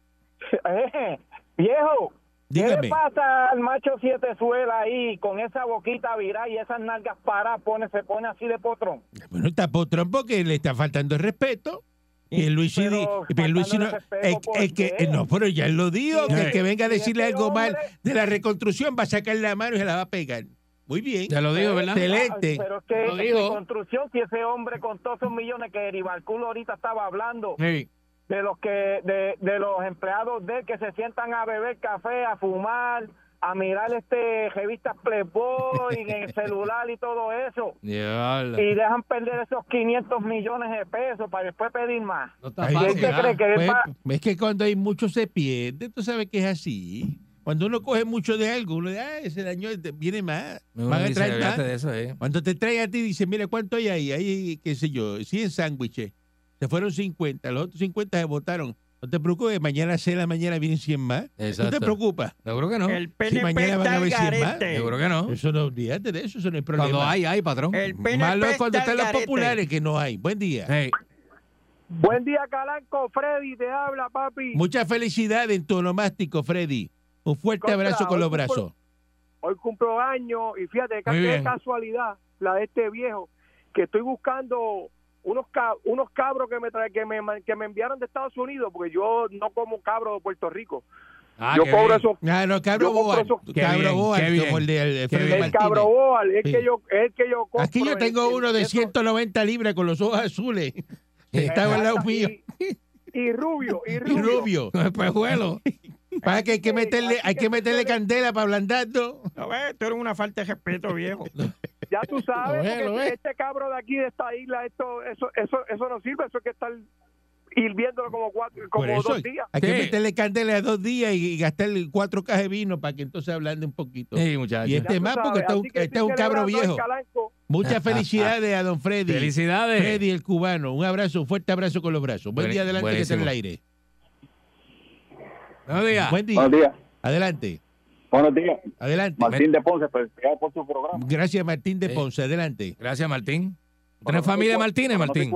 Speaker 8: eh, viejo. ¿Qué
Speaker 4: Dígame.
Speaker 8: le pasa al macho siete suela ahí con esa boquita virada y esas nalgas paradas? Pone, se pone así de potrón.
Speaker 4: Bueno, está potrón porque le está faltando el respeto. Y el Luis
Speaker 8: Pero
Speaker 4: di-
Speaker 8: faltando
Speaker 4: pero el Luigi
Speaker 8: el
Speaker 4: no,
Speaker 8: respeto,
Speaker 4: es-
Speaker 8: ¿por
Speaker 4: es que,
Speaker 8: qué?
Speaker 4: no, pero ya él lo dijo, que el que venga a
Speaker 8: y
Speaker 4: decirle
Speaker 8: este
Speaker 4: algo mal
Speaker 8: hombre-
Speaker 4: de la reconstrucción va a sacar la mano y se la va a pegar. Muy bien.
Speaker 5: Te lo digo, ¿verdad?
Speaker 4: Excelente.
Speaker 8: Pero es que
Speaker 5: Lo digo.
Speaker 8: en construcción, si ese hombre con todos esos millones que Rivalculo ahorita estaba hablando,
Speaker 5: Sí.
Speaker 8: de los que de, de los empleados de él que se sientan a beber café, a fumar, a mirar este revistas Playboy en el celular y todo eso
Speaker 5: Diablo.
Speaker 8: y dejan perder esos 500 millones de pesos para después pedir más.
Speaker 5: No está
Speaker 4: Ay,
Speaker 5: fácil.
Speaker 8: ¿Usted
Speaker 5: ¿verdad?
Speaker 8: cree que
Speaker 4: Pues,
Speaker 8: pa-
Speaker 4: es que cuando hay mucho se pierde, tú sabes que es así. Cuando uno coge mucho de algo, uno dice, ah, ese daño viene más,
Speaker 5: Uno
Speaker 4: van a
Speaker 5: dice,
Speaker 4: traer
Speaker 5: "Olvídate
Speaker 4: más".
Speaker 5: de eso, eh.
Speaker 4: Cuando te traen a ti, dicen, mira, ¿cuánto hay ahí? Hay, qué sé yo, 100 sándwiches. Se fueron 50, los otros 50 se votaron. No te preocupes, mañana a la mañana vienen 100 más. No te
Speaker 5: Exacto.
Speaker 4: preocupas.
Speaker 5: Yo creo que no.
Speaker 7: El
Speaker 4: Si
Speaker 7: PNP
Speaker 4: mañana van a
Speaker 7: está al
Speaker 4: ver cien más,
Speaker 7: garete.
Speaker 5: Yo creo que no.
Speaker 4: Eso no, olvídate de eso, eso no es problema.
Speaker 5: Cuando hay, hay, patrón.
Speaker 7: El PNP
Speaker 4: Malo es cuando están
Speaker 7: está al
Speaker 4: los
Speaker 7: garete.
Speaker 4: populares que no hay. Buen día.
Speaker 5: Hey,
Speaker 8: Buen día, Calanco. Freddy te habla, papi.
Speaker 4: Mucha felicidad en tu onomástico, Freddy. Un fuerte
Speaker 8: Contra,
Speaker 4: abrazo con
Speaker 8: hoy
Speaker 4: los
Speaker 8: fue por-
Speaker 4: brazos.
Speaker 8: Hoy cumplo años y fíjate
Speaker 5: Muy
Speaker 8: qué
Speaker 5: bien.
Speaker 8: casualidad la de este viejo que estoy buscando unos ca- unos cabros que me tra- que me man- que me enviaron de Estados Unidos porque yo no como cabro de Puerto Rico.
Speaker 5: Ah,
Speaker 8: yo
Speaker 5: qué
Speaker 8: cobro
Speaker 5: bien.
Speaker 8: esos
Speaker 4: Ah, no, cabro
Speaker 8: Yo compro
Speaker 4: Boal.
Speaker 8: esos-
Speaker 5: Qué
Speaker 4: Cabro
Speaker 5: bien,
Speaker 4: Boal,
Speaker 5: qué bien.
Speaker 4: como el de el de
Speaker 5: Qué
Speaker 4: Freddy
Speaker 5: bien.
Speaker 8: el
Speaker 4: Martínez.
Speaker 8: cabro boal, es
Speaker 4: Sí.
Speaker 8: que yo es el que yo compro.
Speaker 4: Aquí yo tengo
Speaker 8: el- el-
Speaker 4: uno de
Speaker 8: esos-
Speaker 4: 190 libras con los ojos azules. que Estaba al lado
Speaker 8: Exacto,
Speaker 4: mío.
Speaker 8: Y, y rubio, y
Speaker 4: Y
Speaker 8: rubio.
Speaker 4: rubio.
Speaker 5: No es pejuelo.
Speaker 4: Para que hay que
Speaker 8: que-
Speaker 4: meterle,
Speaker 8: así
Speaker 4: hay que
Speaker 8: que
Speaker 4: meterle
Speaker 8: ustedes-
Speaker 4: candela para ablandarlo.
Speaker 7: No, ve, tú eres una falta de respeto, viejo.
Speaker 8: Ya tú sabes,
Speaker 5: Lo es,
Speaker 8: porque
Speaker 5: lo
Speaker 8: este,
Speaker 5: es.
Speaker 8: este cabro de aquí, de esta isla, esto, eso, eso, eso no sirve, eso hay que estar hirviéndolo como cuatro,
Speaker 4: Por
Speaker 8: como
Speaker 4: eso
Speaker 8: dos días.
Speaker 4: hay que
Speaker 5: Sí.
Speaker 4: meterle candela a dos días y, y gastarle cuatro cajas de vino para que entonces ablande un poquito.
Speaker 5: Sí, muchachos.
Speaker 4: Y este
Speaker 8: Ya tú
Speaker 4: más, porque
Speaker 8: sabes,
Speaker 4: este es un-
Speaker 8: así que
Speaker 4: este es
Speaker 8: estoy
Speaker 4: un cabro viejo.
Speaker 8: celebrando el calanco.
Speaker 4: Muchas felicidades a don Freddy.
Speaker 5: Felicidades.
Speaker 4: Freddy el cubano. Un abrazo, un fuerte abrazo con los brazos. Buen
Speaker 5: Buen-
Speaker 4: día, adelante, que está en el aire.
Speaker 5: Buenos días.
Speaker 4: Buen día.
Speaker 11: Buenos días.
Speaker 4: Adelante,
Speaker 11: Buenos días.
Speaker 4: adelante.
Speaker 11: Martín de Ponce, felicidades por su programa.
Speaker 4: Gracias, Martín de
Speaker 5: Sí.
Speaker 4: Ponce. Adelante.
Speaker 5: Gracias, Martín. ¿Tienes familia de Martínez, Martín?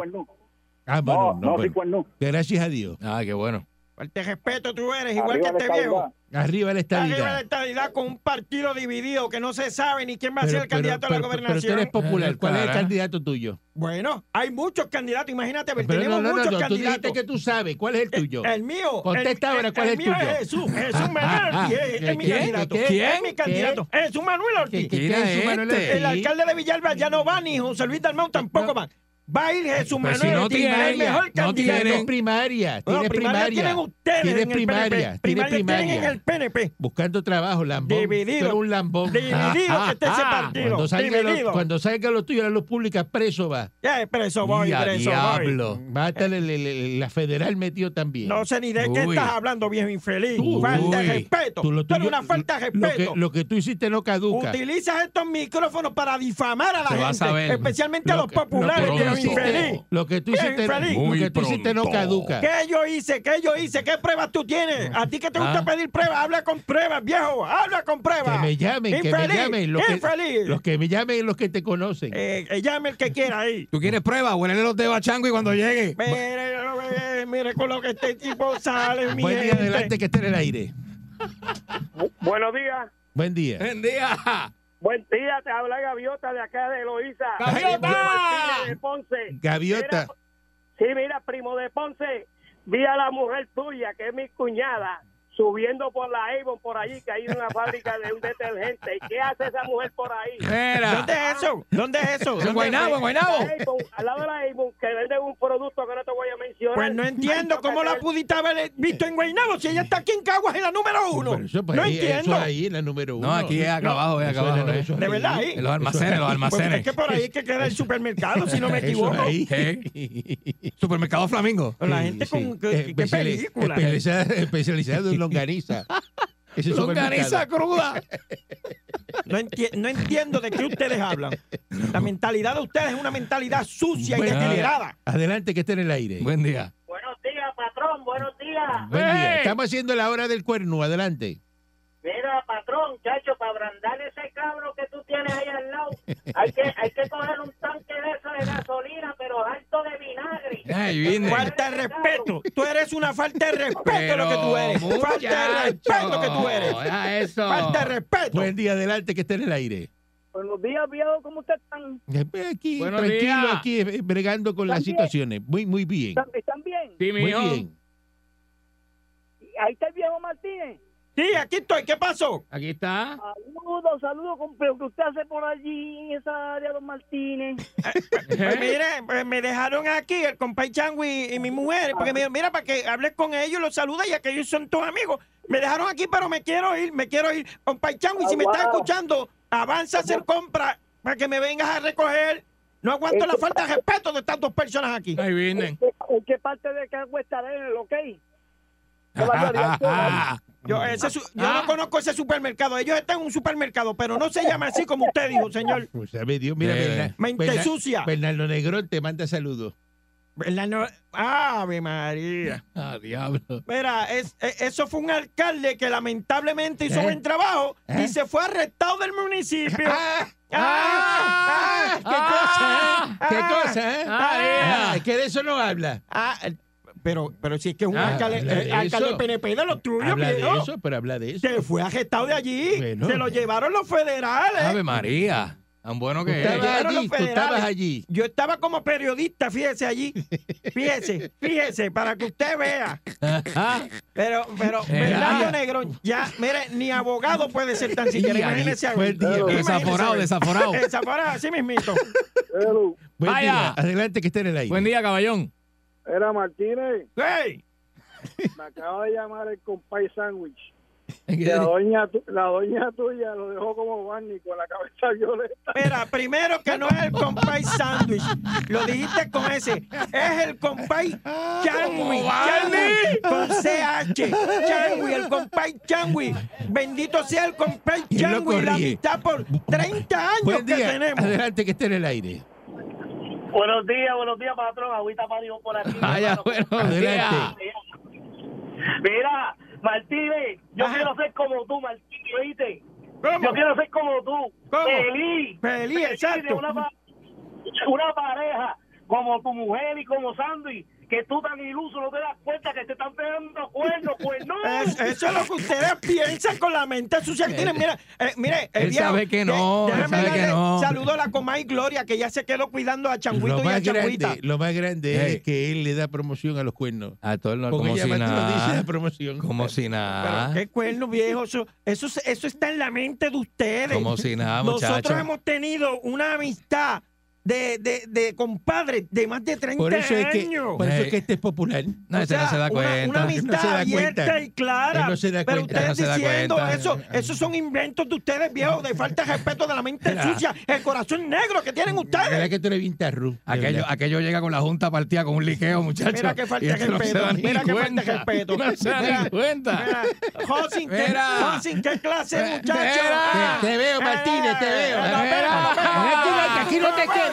Speaker 4: Ah,
Speaker 11: No,
Speaker 4: bueno, no,
Speaker 11: no,
Speaker 4: bueno. Gracias a Dios.
Speaker 5: Ah, qué bueno.
Speaker 7: Falta de respeto tú eres, igual que este viejo.
Speaker 4: Arriba la
Speaker 7: Está arriba de
Speaker 4: estadidad.
Speaker 7: la estadidad con un partido dividido que no se sabe ni quién va a ser el
Speaker 4: pero,
Speaker 7: candidato a la
Speaker 4: pero- pero- pero tú
Speaker 7: gobernación.
Speaker 4: eres popular. ¿Cuál es el
Speaker 5: Cara.
Speaker 4: candidato tuyo?
Speaker 7: Bueno, hay muchos candidatos, imagínate, pero
Speaker 4: Pero
Speaker 7: tenemos
Speaker 4: no, no, no,
Speaker 7: muchos
Speaker 4: no, Tú dijiste
Speaker 7: candidatos. Eh,
Speaker 4: que tú sabes. ¿Cuál es el tuyo?
Speaker 7: El mío.
Speaker 4: Contesta
Speaker 7: el,
Speaker 4: ahora,
Speaker 7: el-
Speaker 4: ¿cuál
Speaker 7: el
Speaker 4: es el
Speaker 7: mío
Speaker 4: tuyo? Ah,
Speaker 7: es Jesús, Jesús Manuel Ortiz, es, es mi
Speaker 4: ¿Quién?
Speaker 7: candidato.
Speaker 4: ¿Quién?
Speaker 7: Es mi
Speaker 4: ¿Quién?
Speaker 7: candidato. Jesús Manuel Ortiz.
Speaker 4: ¿Qué- qué-
Speaker 5: ¿Quién
Speaker 4: qué es
Speaker 5: es
Speaker 4: su Manuel
Speaker 5: este?
Speaker 4: Ortiz?
Speaker 7: El alcalde de Villalba ya no va, ni José Luis Dalmau tampoco va. Va a ir Jesús
Speaker 5: Pues
Speaker 7: Manuel
Speaker 5: si no
Speaker 7: Ortiz,
Speaker 5: tiene,
Speaker 7: el mejor
Speaker 5: no
Speaker 7: candidato.
Speaker 4: Tienes
Speaker 5: tienen.
Speaker 4: primaria.
Speaker 7: No,
Speaker 4: Tienes
Speaker 7: primaria
Speaker 4: primaria.
Speaker 7: tienen ustedes
Speaker 4: Tienes
Speaker 7: en el
Speaker 4: primaria.
Speaker 7: PNP.
Speaker 4: Tienes
Speaker 7: tienen en el
Speaker 4: primaria.
Speaker 7: PNP.
Speaker 4: Buscando trabajo, lambón.
Speaker 7: Dividido.
Speaker 4: Tú eres un lambón. Ah,
Speaker 7: Dividido que esté ese partido.
Speaker 4: Cuando salga, lo,
Speaker 7: Dividido.
Speaker 4: cuando salga lo tuyo, la luz pública, preso va.
Speaker 7: Eh, preso voy,
Speaker 5: Y a
Speaker 7: preso voy. Eh.
Speaker 5: diablo.
Speaker 4: Va a estar el- el- el- la federal metido también.
Speaker 7: No sé ni de qué
Speaker 5: Uy.
Speaker 7: estás hablando, viejo infeliz.
Speaker 4: Uy.
Speaker 7: Falta de respeto. Tú,
Speaker 4: lo
Speaker 7: eres
Speaker 4: tuyo-
Speaker 7: una falta de
Speaker 4: lo que,
Speaker 7: respeto.
Speaker 4: lo que tú hiciste no caduca.
Speaker 7: Utilizas estos micrófonos para difamar a la
Speaker 5: Se va a
Speaker 7: gente,
Speaker 5: saber.
Speaker 7: especialmente a
Speaker 4: Lo
Speaker 7: los
Speaker 4: que- lo
Speaker 7: populares,
Speaker 4: que tú
Speaker 7: viejo
Speaker 4: hiciste-
Speaker 7: infeliz.
Speaker 4: Lo que tú
Speaker 7: Viejo
Speaker 4: hiciste,
Speaker 7: infeliz.
Speaker 4: lo que
Speaker 1: Muy
Speaker 4: tú hiciste no
Speaker 1: pronto.
Speaker 4: caduca.
Speaker 7: ¿Qué yo hice? ¿Qué yo hice? ¿Qué pruebas tú tienes? ¿A ti que te gusta
Speaker 5: Ah.
Speaker 7: pedir pruebas? Habla con pruebas, viejo. Habla con
Speaker 4: Que
Speaker 7: pruebas.
Speaker 4: me llamen, que me
Speaker 7: Infeliz,
Speaker 4: llamen. Los que,
Speaker 7: infeliz.
Speaker 4: los que me llamen y los que te conocen.
Speaker 7: Eh, eh, llame el que quiera ahí.
Speaker 5: ¿Tú quieres prueba? Huélele los dedos a Chango y cuando llegue.
Speaker 7: Mire, mire, mire con lo que este tipo sale, mi
Speaker 4: Buen día,
Speaker 7: gente.
Speaker 4: adelante, que esté en el aire.
Speaker 8: Bu- Buenos días.
Speaker 4: Buen
Speaker 1: Eh,
Speaker 4: día.
Speaker 5: Buen día.
Speaker 8: Buen día, te habla Gaviota de acá de Eloísa.
Speaker 5: ¡Gaviota!
Speaker 8: Martínez de Ponce.
Speaker 4: Gaviota.
Speaker 8: Mira, sí, mira, primo de Ponce, vi a la mujer tuya, que es mi cuñada, subiendo por la Avon por allí, que hay una fábrica de un detergente. ¿Y qué hace esa mujer por ahí? Pues,
Speaker 5: Mira.
Speaker 7: ¿Dónde es eso? ¿Dónde es eso?
Speaker 5: En
Speaker 7: ¿Dónde-
Speaker 5: Guaynabo, Eh, en Guaynabo.
Speaker 8: La Avon, al lado de la Avon, que vende un producto que no te voy a mencionar.
Speaker 7: Pues no entiendo cómo la pudiste haber visto en Guaynabo si ella está aquí en Caguas en la número uno.
Speaker 4: Pero eso, pues,
Speaker 7: No
Speaker 4: ahí- eso
Speaker 7: entiendo.
Speaker 4: ahí, la número uno.
Speaker 5: No, aquí es acá abajo, es acá
Speaker 4: Eso era-
Speaker 5: abajo.
Speaker 4: no,
Speaker 5: eh.
Speaker 4: eso
Speaker 7: ¿De
Speaker 4: era
Speaker 7: verdad
Speaker 4: ahí.
Speaker 7: ahí?
Speaker 5: En los almacenes, los
Speaker 7: Pues es
Speaker 5: almacenes.
Speaker 7: que por ahí es que queda el supermercado, si no me
Speaker 4: Eso
Speaker 7: equivoco.
Speaker 4: ahí.
Speaker 5: ¿Eh? Supermercado Flamingo.
Speaker 7: La gente con...
Speaker 4: Eh,
Speaker 7: ¿Qué, qué
Speaker 4: especiali-
Speaker 7: película?
Speaker 4: especializada- especializado en longaniza. Ese
Speaker 5: Longaniza
Speaker 4: supermercado.
Speaker 5: cruda.
Speaker 7: No, enti- no entiendo de qué ustedes hablan. La mentalidad de ustedes es una mentalidad sucia y
Speaker 5: Bueno.
Speaker 7: degenerada.
Speaker 4: Adelante, que esté en el aire.
Speaker 5: Buen día.
Speaker 8: Buenos días, patrón, buenos días.
Speaker 4: Buen día. Estamos haciendo la hora del cuerno. Adelante.
Speaker 8: Mira, patrón, chacho, para abrandar ese cabro que tú tienes ahí al lado, hay que, hay que coger un tanque de eso de gasolina, pero alto de vinagre.
Speaker 5: Ay, vine.
Speaker 7: Falta de respeto. Tú eres una falta de respeto lo que tú eres.
Speaker 5: Pero,
Speaker 7: Falta de respeto que tú eres.
Speaker 5: muchacho, deja eso.
Speaker 7: Falta de respeto.
Speaker 4: Buen día, adelante, que esté en el aire.
Speaker 12: Buenos días, viejo, ¿cómo ustedes están?
Speaker 4: Eh, Aquí,
Speaker 13: Buenos
Speaker 4: tranquilo,
Speaker 13: días.
Speaker 4: aquí, eh, bregando con las
Speaker 12: También.
Speaker 4: situaciones. Muy, muy bien.
Speaker 12: ¿Están, están bien?
Speaker 13: Sí,
Speaker 4: Muy
Speaker 13: mijo.
Speaker 4: bien.
Speaker 12: Ahí está el viejo Martínez.
Speaker 7: Sí, aquí estoy. ¿Qué pasó?
Speaker 13: Aquí está.
Speaker 12: Saludos, saludos, complejo, que usted hace por allí en esa área, don Martínez.
Speaker 6: ¿Eh?
Speaker 7: Pues mire, pues me dejaron aquí el compay Changui y mi mujer, porque me dijo, mira, para que hables con ellos, los saluda, ya que ellos son tus amigos. Me dejaron aquí, pero me quiero ir, me quiero ir. Compay Changui, si me estás escuchando, avanza a hacer compra para que me vengas a recoger. No aguanto la falta de respeto de estas dos personas aquí.
Speaker 13: Ahí vienen.
Speaker 12: ¿En qué parte de Cagua estará en el ok? Qué barbaridad,
Speaker 5: Ah,
Speaker 7: Yo, ese su- yo no conozco ese supermercado. Ellos están en un supermercado, pero no se llama así como usted dijo, señor.
Speaker 4: Pues, sabe Dios, mira,
Speaker 5: Eh.
Speaker 4: Berna-
Speaker 7: Mente
Speaker 4: Berna-
Speaker 7: sucia.
Speaker 4: Bernardo Negrón te manda saludos.
Speaker 7: ¿Verdad? No- Ave María.
Speaker 5: ah, diablo.
Speaker 7: Mira, es, e- eso fue un alcalde que lamentablemente hizo
Speaker 4: ¿Eh?
Speaker 7: buen trabajo
Speaker 4: ¿Eh?
Speaker 7: y se fue arrestado del municipio. ¡Ah! ¡Ah! ¡Qué cosa! ¿eh?
Speaker 4: ¿Qué
Speaker 7: ¡Ah!
Speaker 4: cosa, eh?
Speaker 13: Ah,
Speaker 4: Ah, que de eso no habla.
Speaker 7: Ah, el- pero, pero si es que es un
Speaker 4: Ah,
Speaker 7: alcalde,
Speaker 4: habla de
Speaker 7: eh, alcalde
Speaker 4: eso.
Speaker 7: del PNP de los tuyos,
Speaker 4: Habla de
Speaker 7: viejo.
Speaker 4: eso, pero habla de eso.
Speaker 7: Se fue arrestado de allí.
Speaker 4: Bueno.
Speaker 7: Se lo llevaron los federales.
Speaker 5: Ave María. Tan bueno
Speaker 4: Tú
Speaker 5: que es.
Speaker 4: estabas
Speaker 7: Llegaron los
Speaker 4: allí, tú
Speaker 7: federales.
Speaker 4: estabas allí.
Speaker 7: Yo estaba como periodista, fíjese allí. Fíjese, fíjese, para que usted vea.
Speaker 5: Ah,
Speaker 7: Pero, pero,
Speaker 5: Eh,
Speaker 7: Bernardo
Speaker 5: ah.
Speaker 7: Negrón, ya, mire, ni abogado puede ser tan siquiera.
Speaker 5: Y ahí
Speaker 7: Imagínese a
Speaker 4: fue el día.
Speaker 7: Imagínese a
Speaker 5: Desaforado,
Speaker 7: Abel.
Speaker 5: desaforado.
Speaker 7: Desaforado, así mismito.
Speaker 12: Hello.
Speaker 4: Buen
Speaker 5: Vaya.
Speaker 4: día, adelante, que esté en el aire.
Speaker 5: Buen día, caballón.
Speaker 12: Era Martínez,
Speaker 7: ¡Ey!
Speaker 12: me acaba de llamar el compay sándwich. La
Speaker 5: Ese
Speaker 12: doña, tu- la doña tuya lo dejó como Barney con la cabeza violeta.
Speaker 7: Mira, primero que no es el compay sándwich. Lo dijiste con ese. Es el compay Changui. Changui con CH. Changui, el compay Changui. Bendito sea el compay
Speaker 4: Y el loco
Speaker 7: Changui. La
Speaker 4: ríe.
Speaker 7: amistad por 30 años
Speaker 4: Buen
Speaker 7: que
Speaker 4: día,
Speaker 7: tenemos.
Speaker 4: adelante, que esté en el aire.
Speaker 8: Buenos días, buenos días, patrón. Agüita para Dios por aquí.
Speaker 5: Vaya,
Speaker 8: hermano.
Speaker 5: bueno.
Speaker 4: Adelante.
Speaker 8: Mira, Martínez, yo
Speaker 7: Ajá.
Speaker 8: quiero ser como tú, Martínez, ¿oíste?
Speaker 7: ¿Cómo?
Speaker 8: Yo quiero ser como tú.
Speaker 7: ¿Cómo?
Speaker 8: Feliz.
Speaker 7: Feliz,
Speaker 8: de
Speaker 7: exacto.
Speaker 8: Una, pa- una pareja como tu mujer y como Sandy, que tú tan iluso no te das cuenta que te están pegando cuernos, pues no.
Speaker 7: Es- eso es lo que ustedes piensan con la mente sucia que tienen. Mira, eh, mire, eh,
Speaker 5: Él
Speaker 7: viejo,
Speaker 5: sabe que
Speaker 7: de-
Speaker 5: no, él
Speaker 7: déjame
Speaker 5: sabe que
Speaker 7: darle
Speaker 5: no.
Speaker 7: Saludo a la Comay Gloria, que ya se quedó cuidando a
Speaker 4: Lo
Speaker 7: Changuito y a
Speaker 4: más,
Speaker 7: Changuita.
Speaker 4: grande, lo más grande
Speaker 5: Hey.
Speaker 4: es que él le da promoción a los cuernos.
Speaker 5: A todo el norte,
Speaker 4: Porque
Speaker 5: como
Speaker 4: ella
Speaker 5: si
Speaker 4: va, tú lo dices, da
Speaker 5: nada.
Speaker 4: promoción.
Speaker 5: Como si
Speaker 7: Pero
Speaker 5: nada.
Speaker 7: qué cuerno viejo, eso, eso, es- eso está en la mente de ustedes.
Speaker 5: Como si nada, muchacho.
Speaker 7: Nosotros hemos tenido una amistad de, de, de compadres de más de 30
Speaker 4: Por eso es que,
Speaker 7: años.
Speaker 4: por eso es
Speaker 5: Hey.
Speaker 4: que este es popular.
Speaker 5: No,
Speaker 7: O
Speaker 5: ese no
Speaker 7: sea,
Speaker 5: se da
Speaker 7: una-
Speaker 5: cuenta.
Speaker 7: Una, amistad
Speaker 4: No se da
Speaker 7: abierta
Speaker 4: cuenta.
Speaker 7: y clara.
Speaker 4: Él no se da
Speaker 7: pero
Speaker 4: cuenta.
Speaker 7: ustedes
Speaker 5: Él no se da
Speaker 7: diciendo
Speaker 5: cuenta.
Speaker 7: eso, esos son inventos de ustedes, viejos, de falta de respeto de la mente
Speaker 5: Mira.
Speaker 7: sucia, el corazón negro que tienen
Speaker 4: La verdad
Speaker 7: ustedes.
Speaker 4: que tú eres bien tarru, de
Speaker 5: Aquello,
Speaker 4: verdad.
Speaker 5: aquello llega con la junta partida con un liqueo, muchacho.
Speaker 7: Mira que falta
Speaker 5: Y este
Speaker 7: de
Speaker 5: no se
Speaker 7: respeto,
Speaker 5: da ni
Speaker 7: mira que falta
Speaker 5: cuenta.
Speaker 7: de respeto.
Speaker 5: No se da ni
Speaker 7: Mira,
Speaker 5: cuenta.
Speaker 7: Mira, Josin, ¿qué,
Speaker 5: Mira.
Speaker 7: Josin, ¿qué clase de muchacho? Ah.
Speaker 5: Mira.
Speaker 4: Te- te veo, Martínez, te veo.
Speaker 7: No, espera,
Speaker 5: Mira.
Speaker 7: no, espera.
Speaker 5: Aquí no te- aquí no te quedas.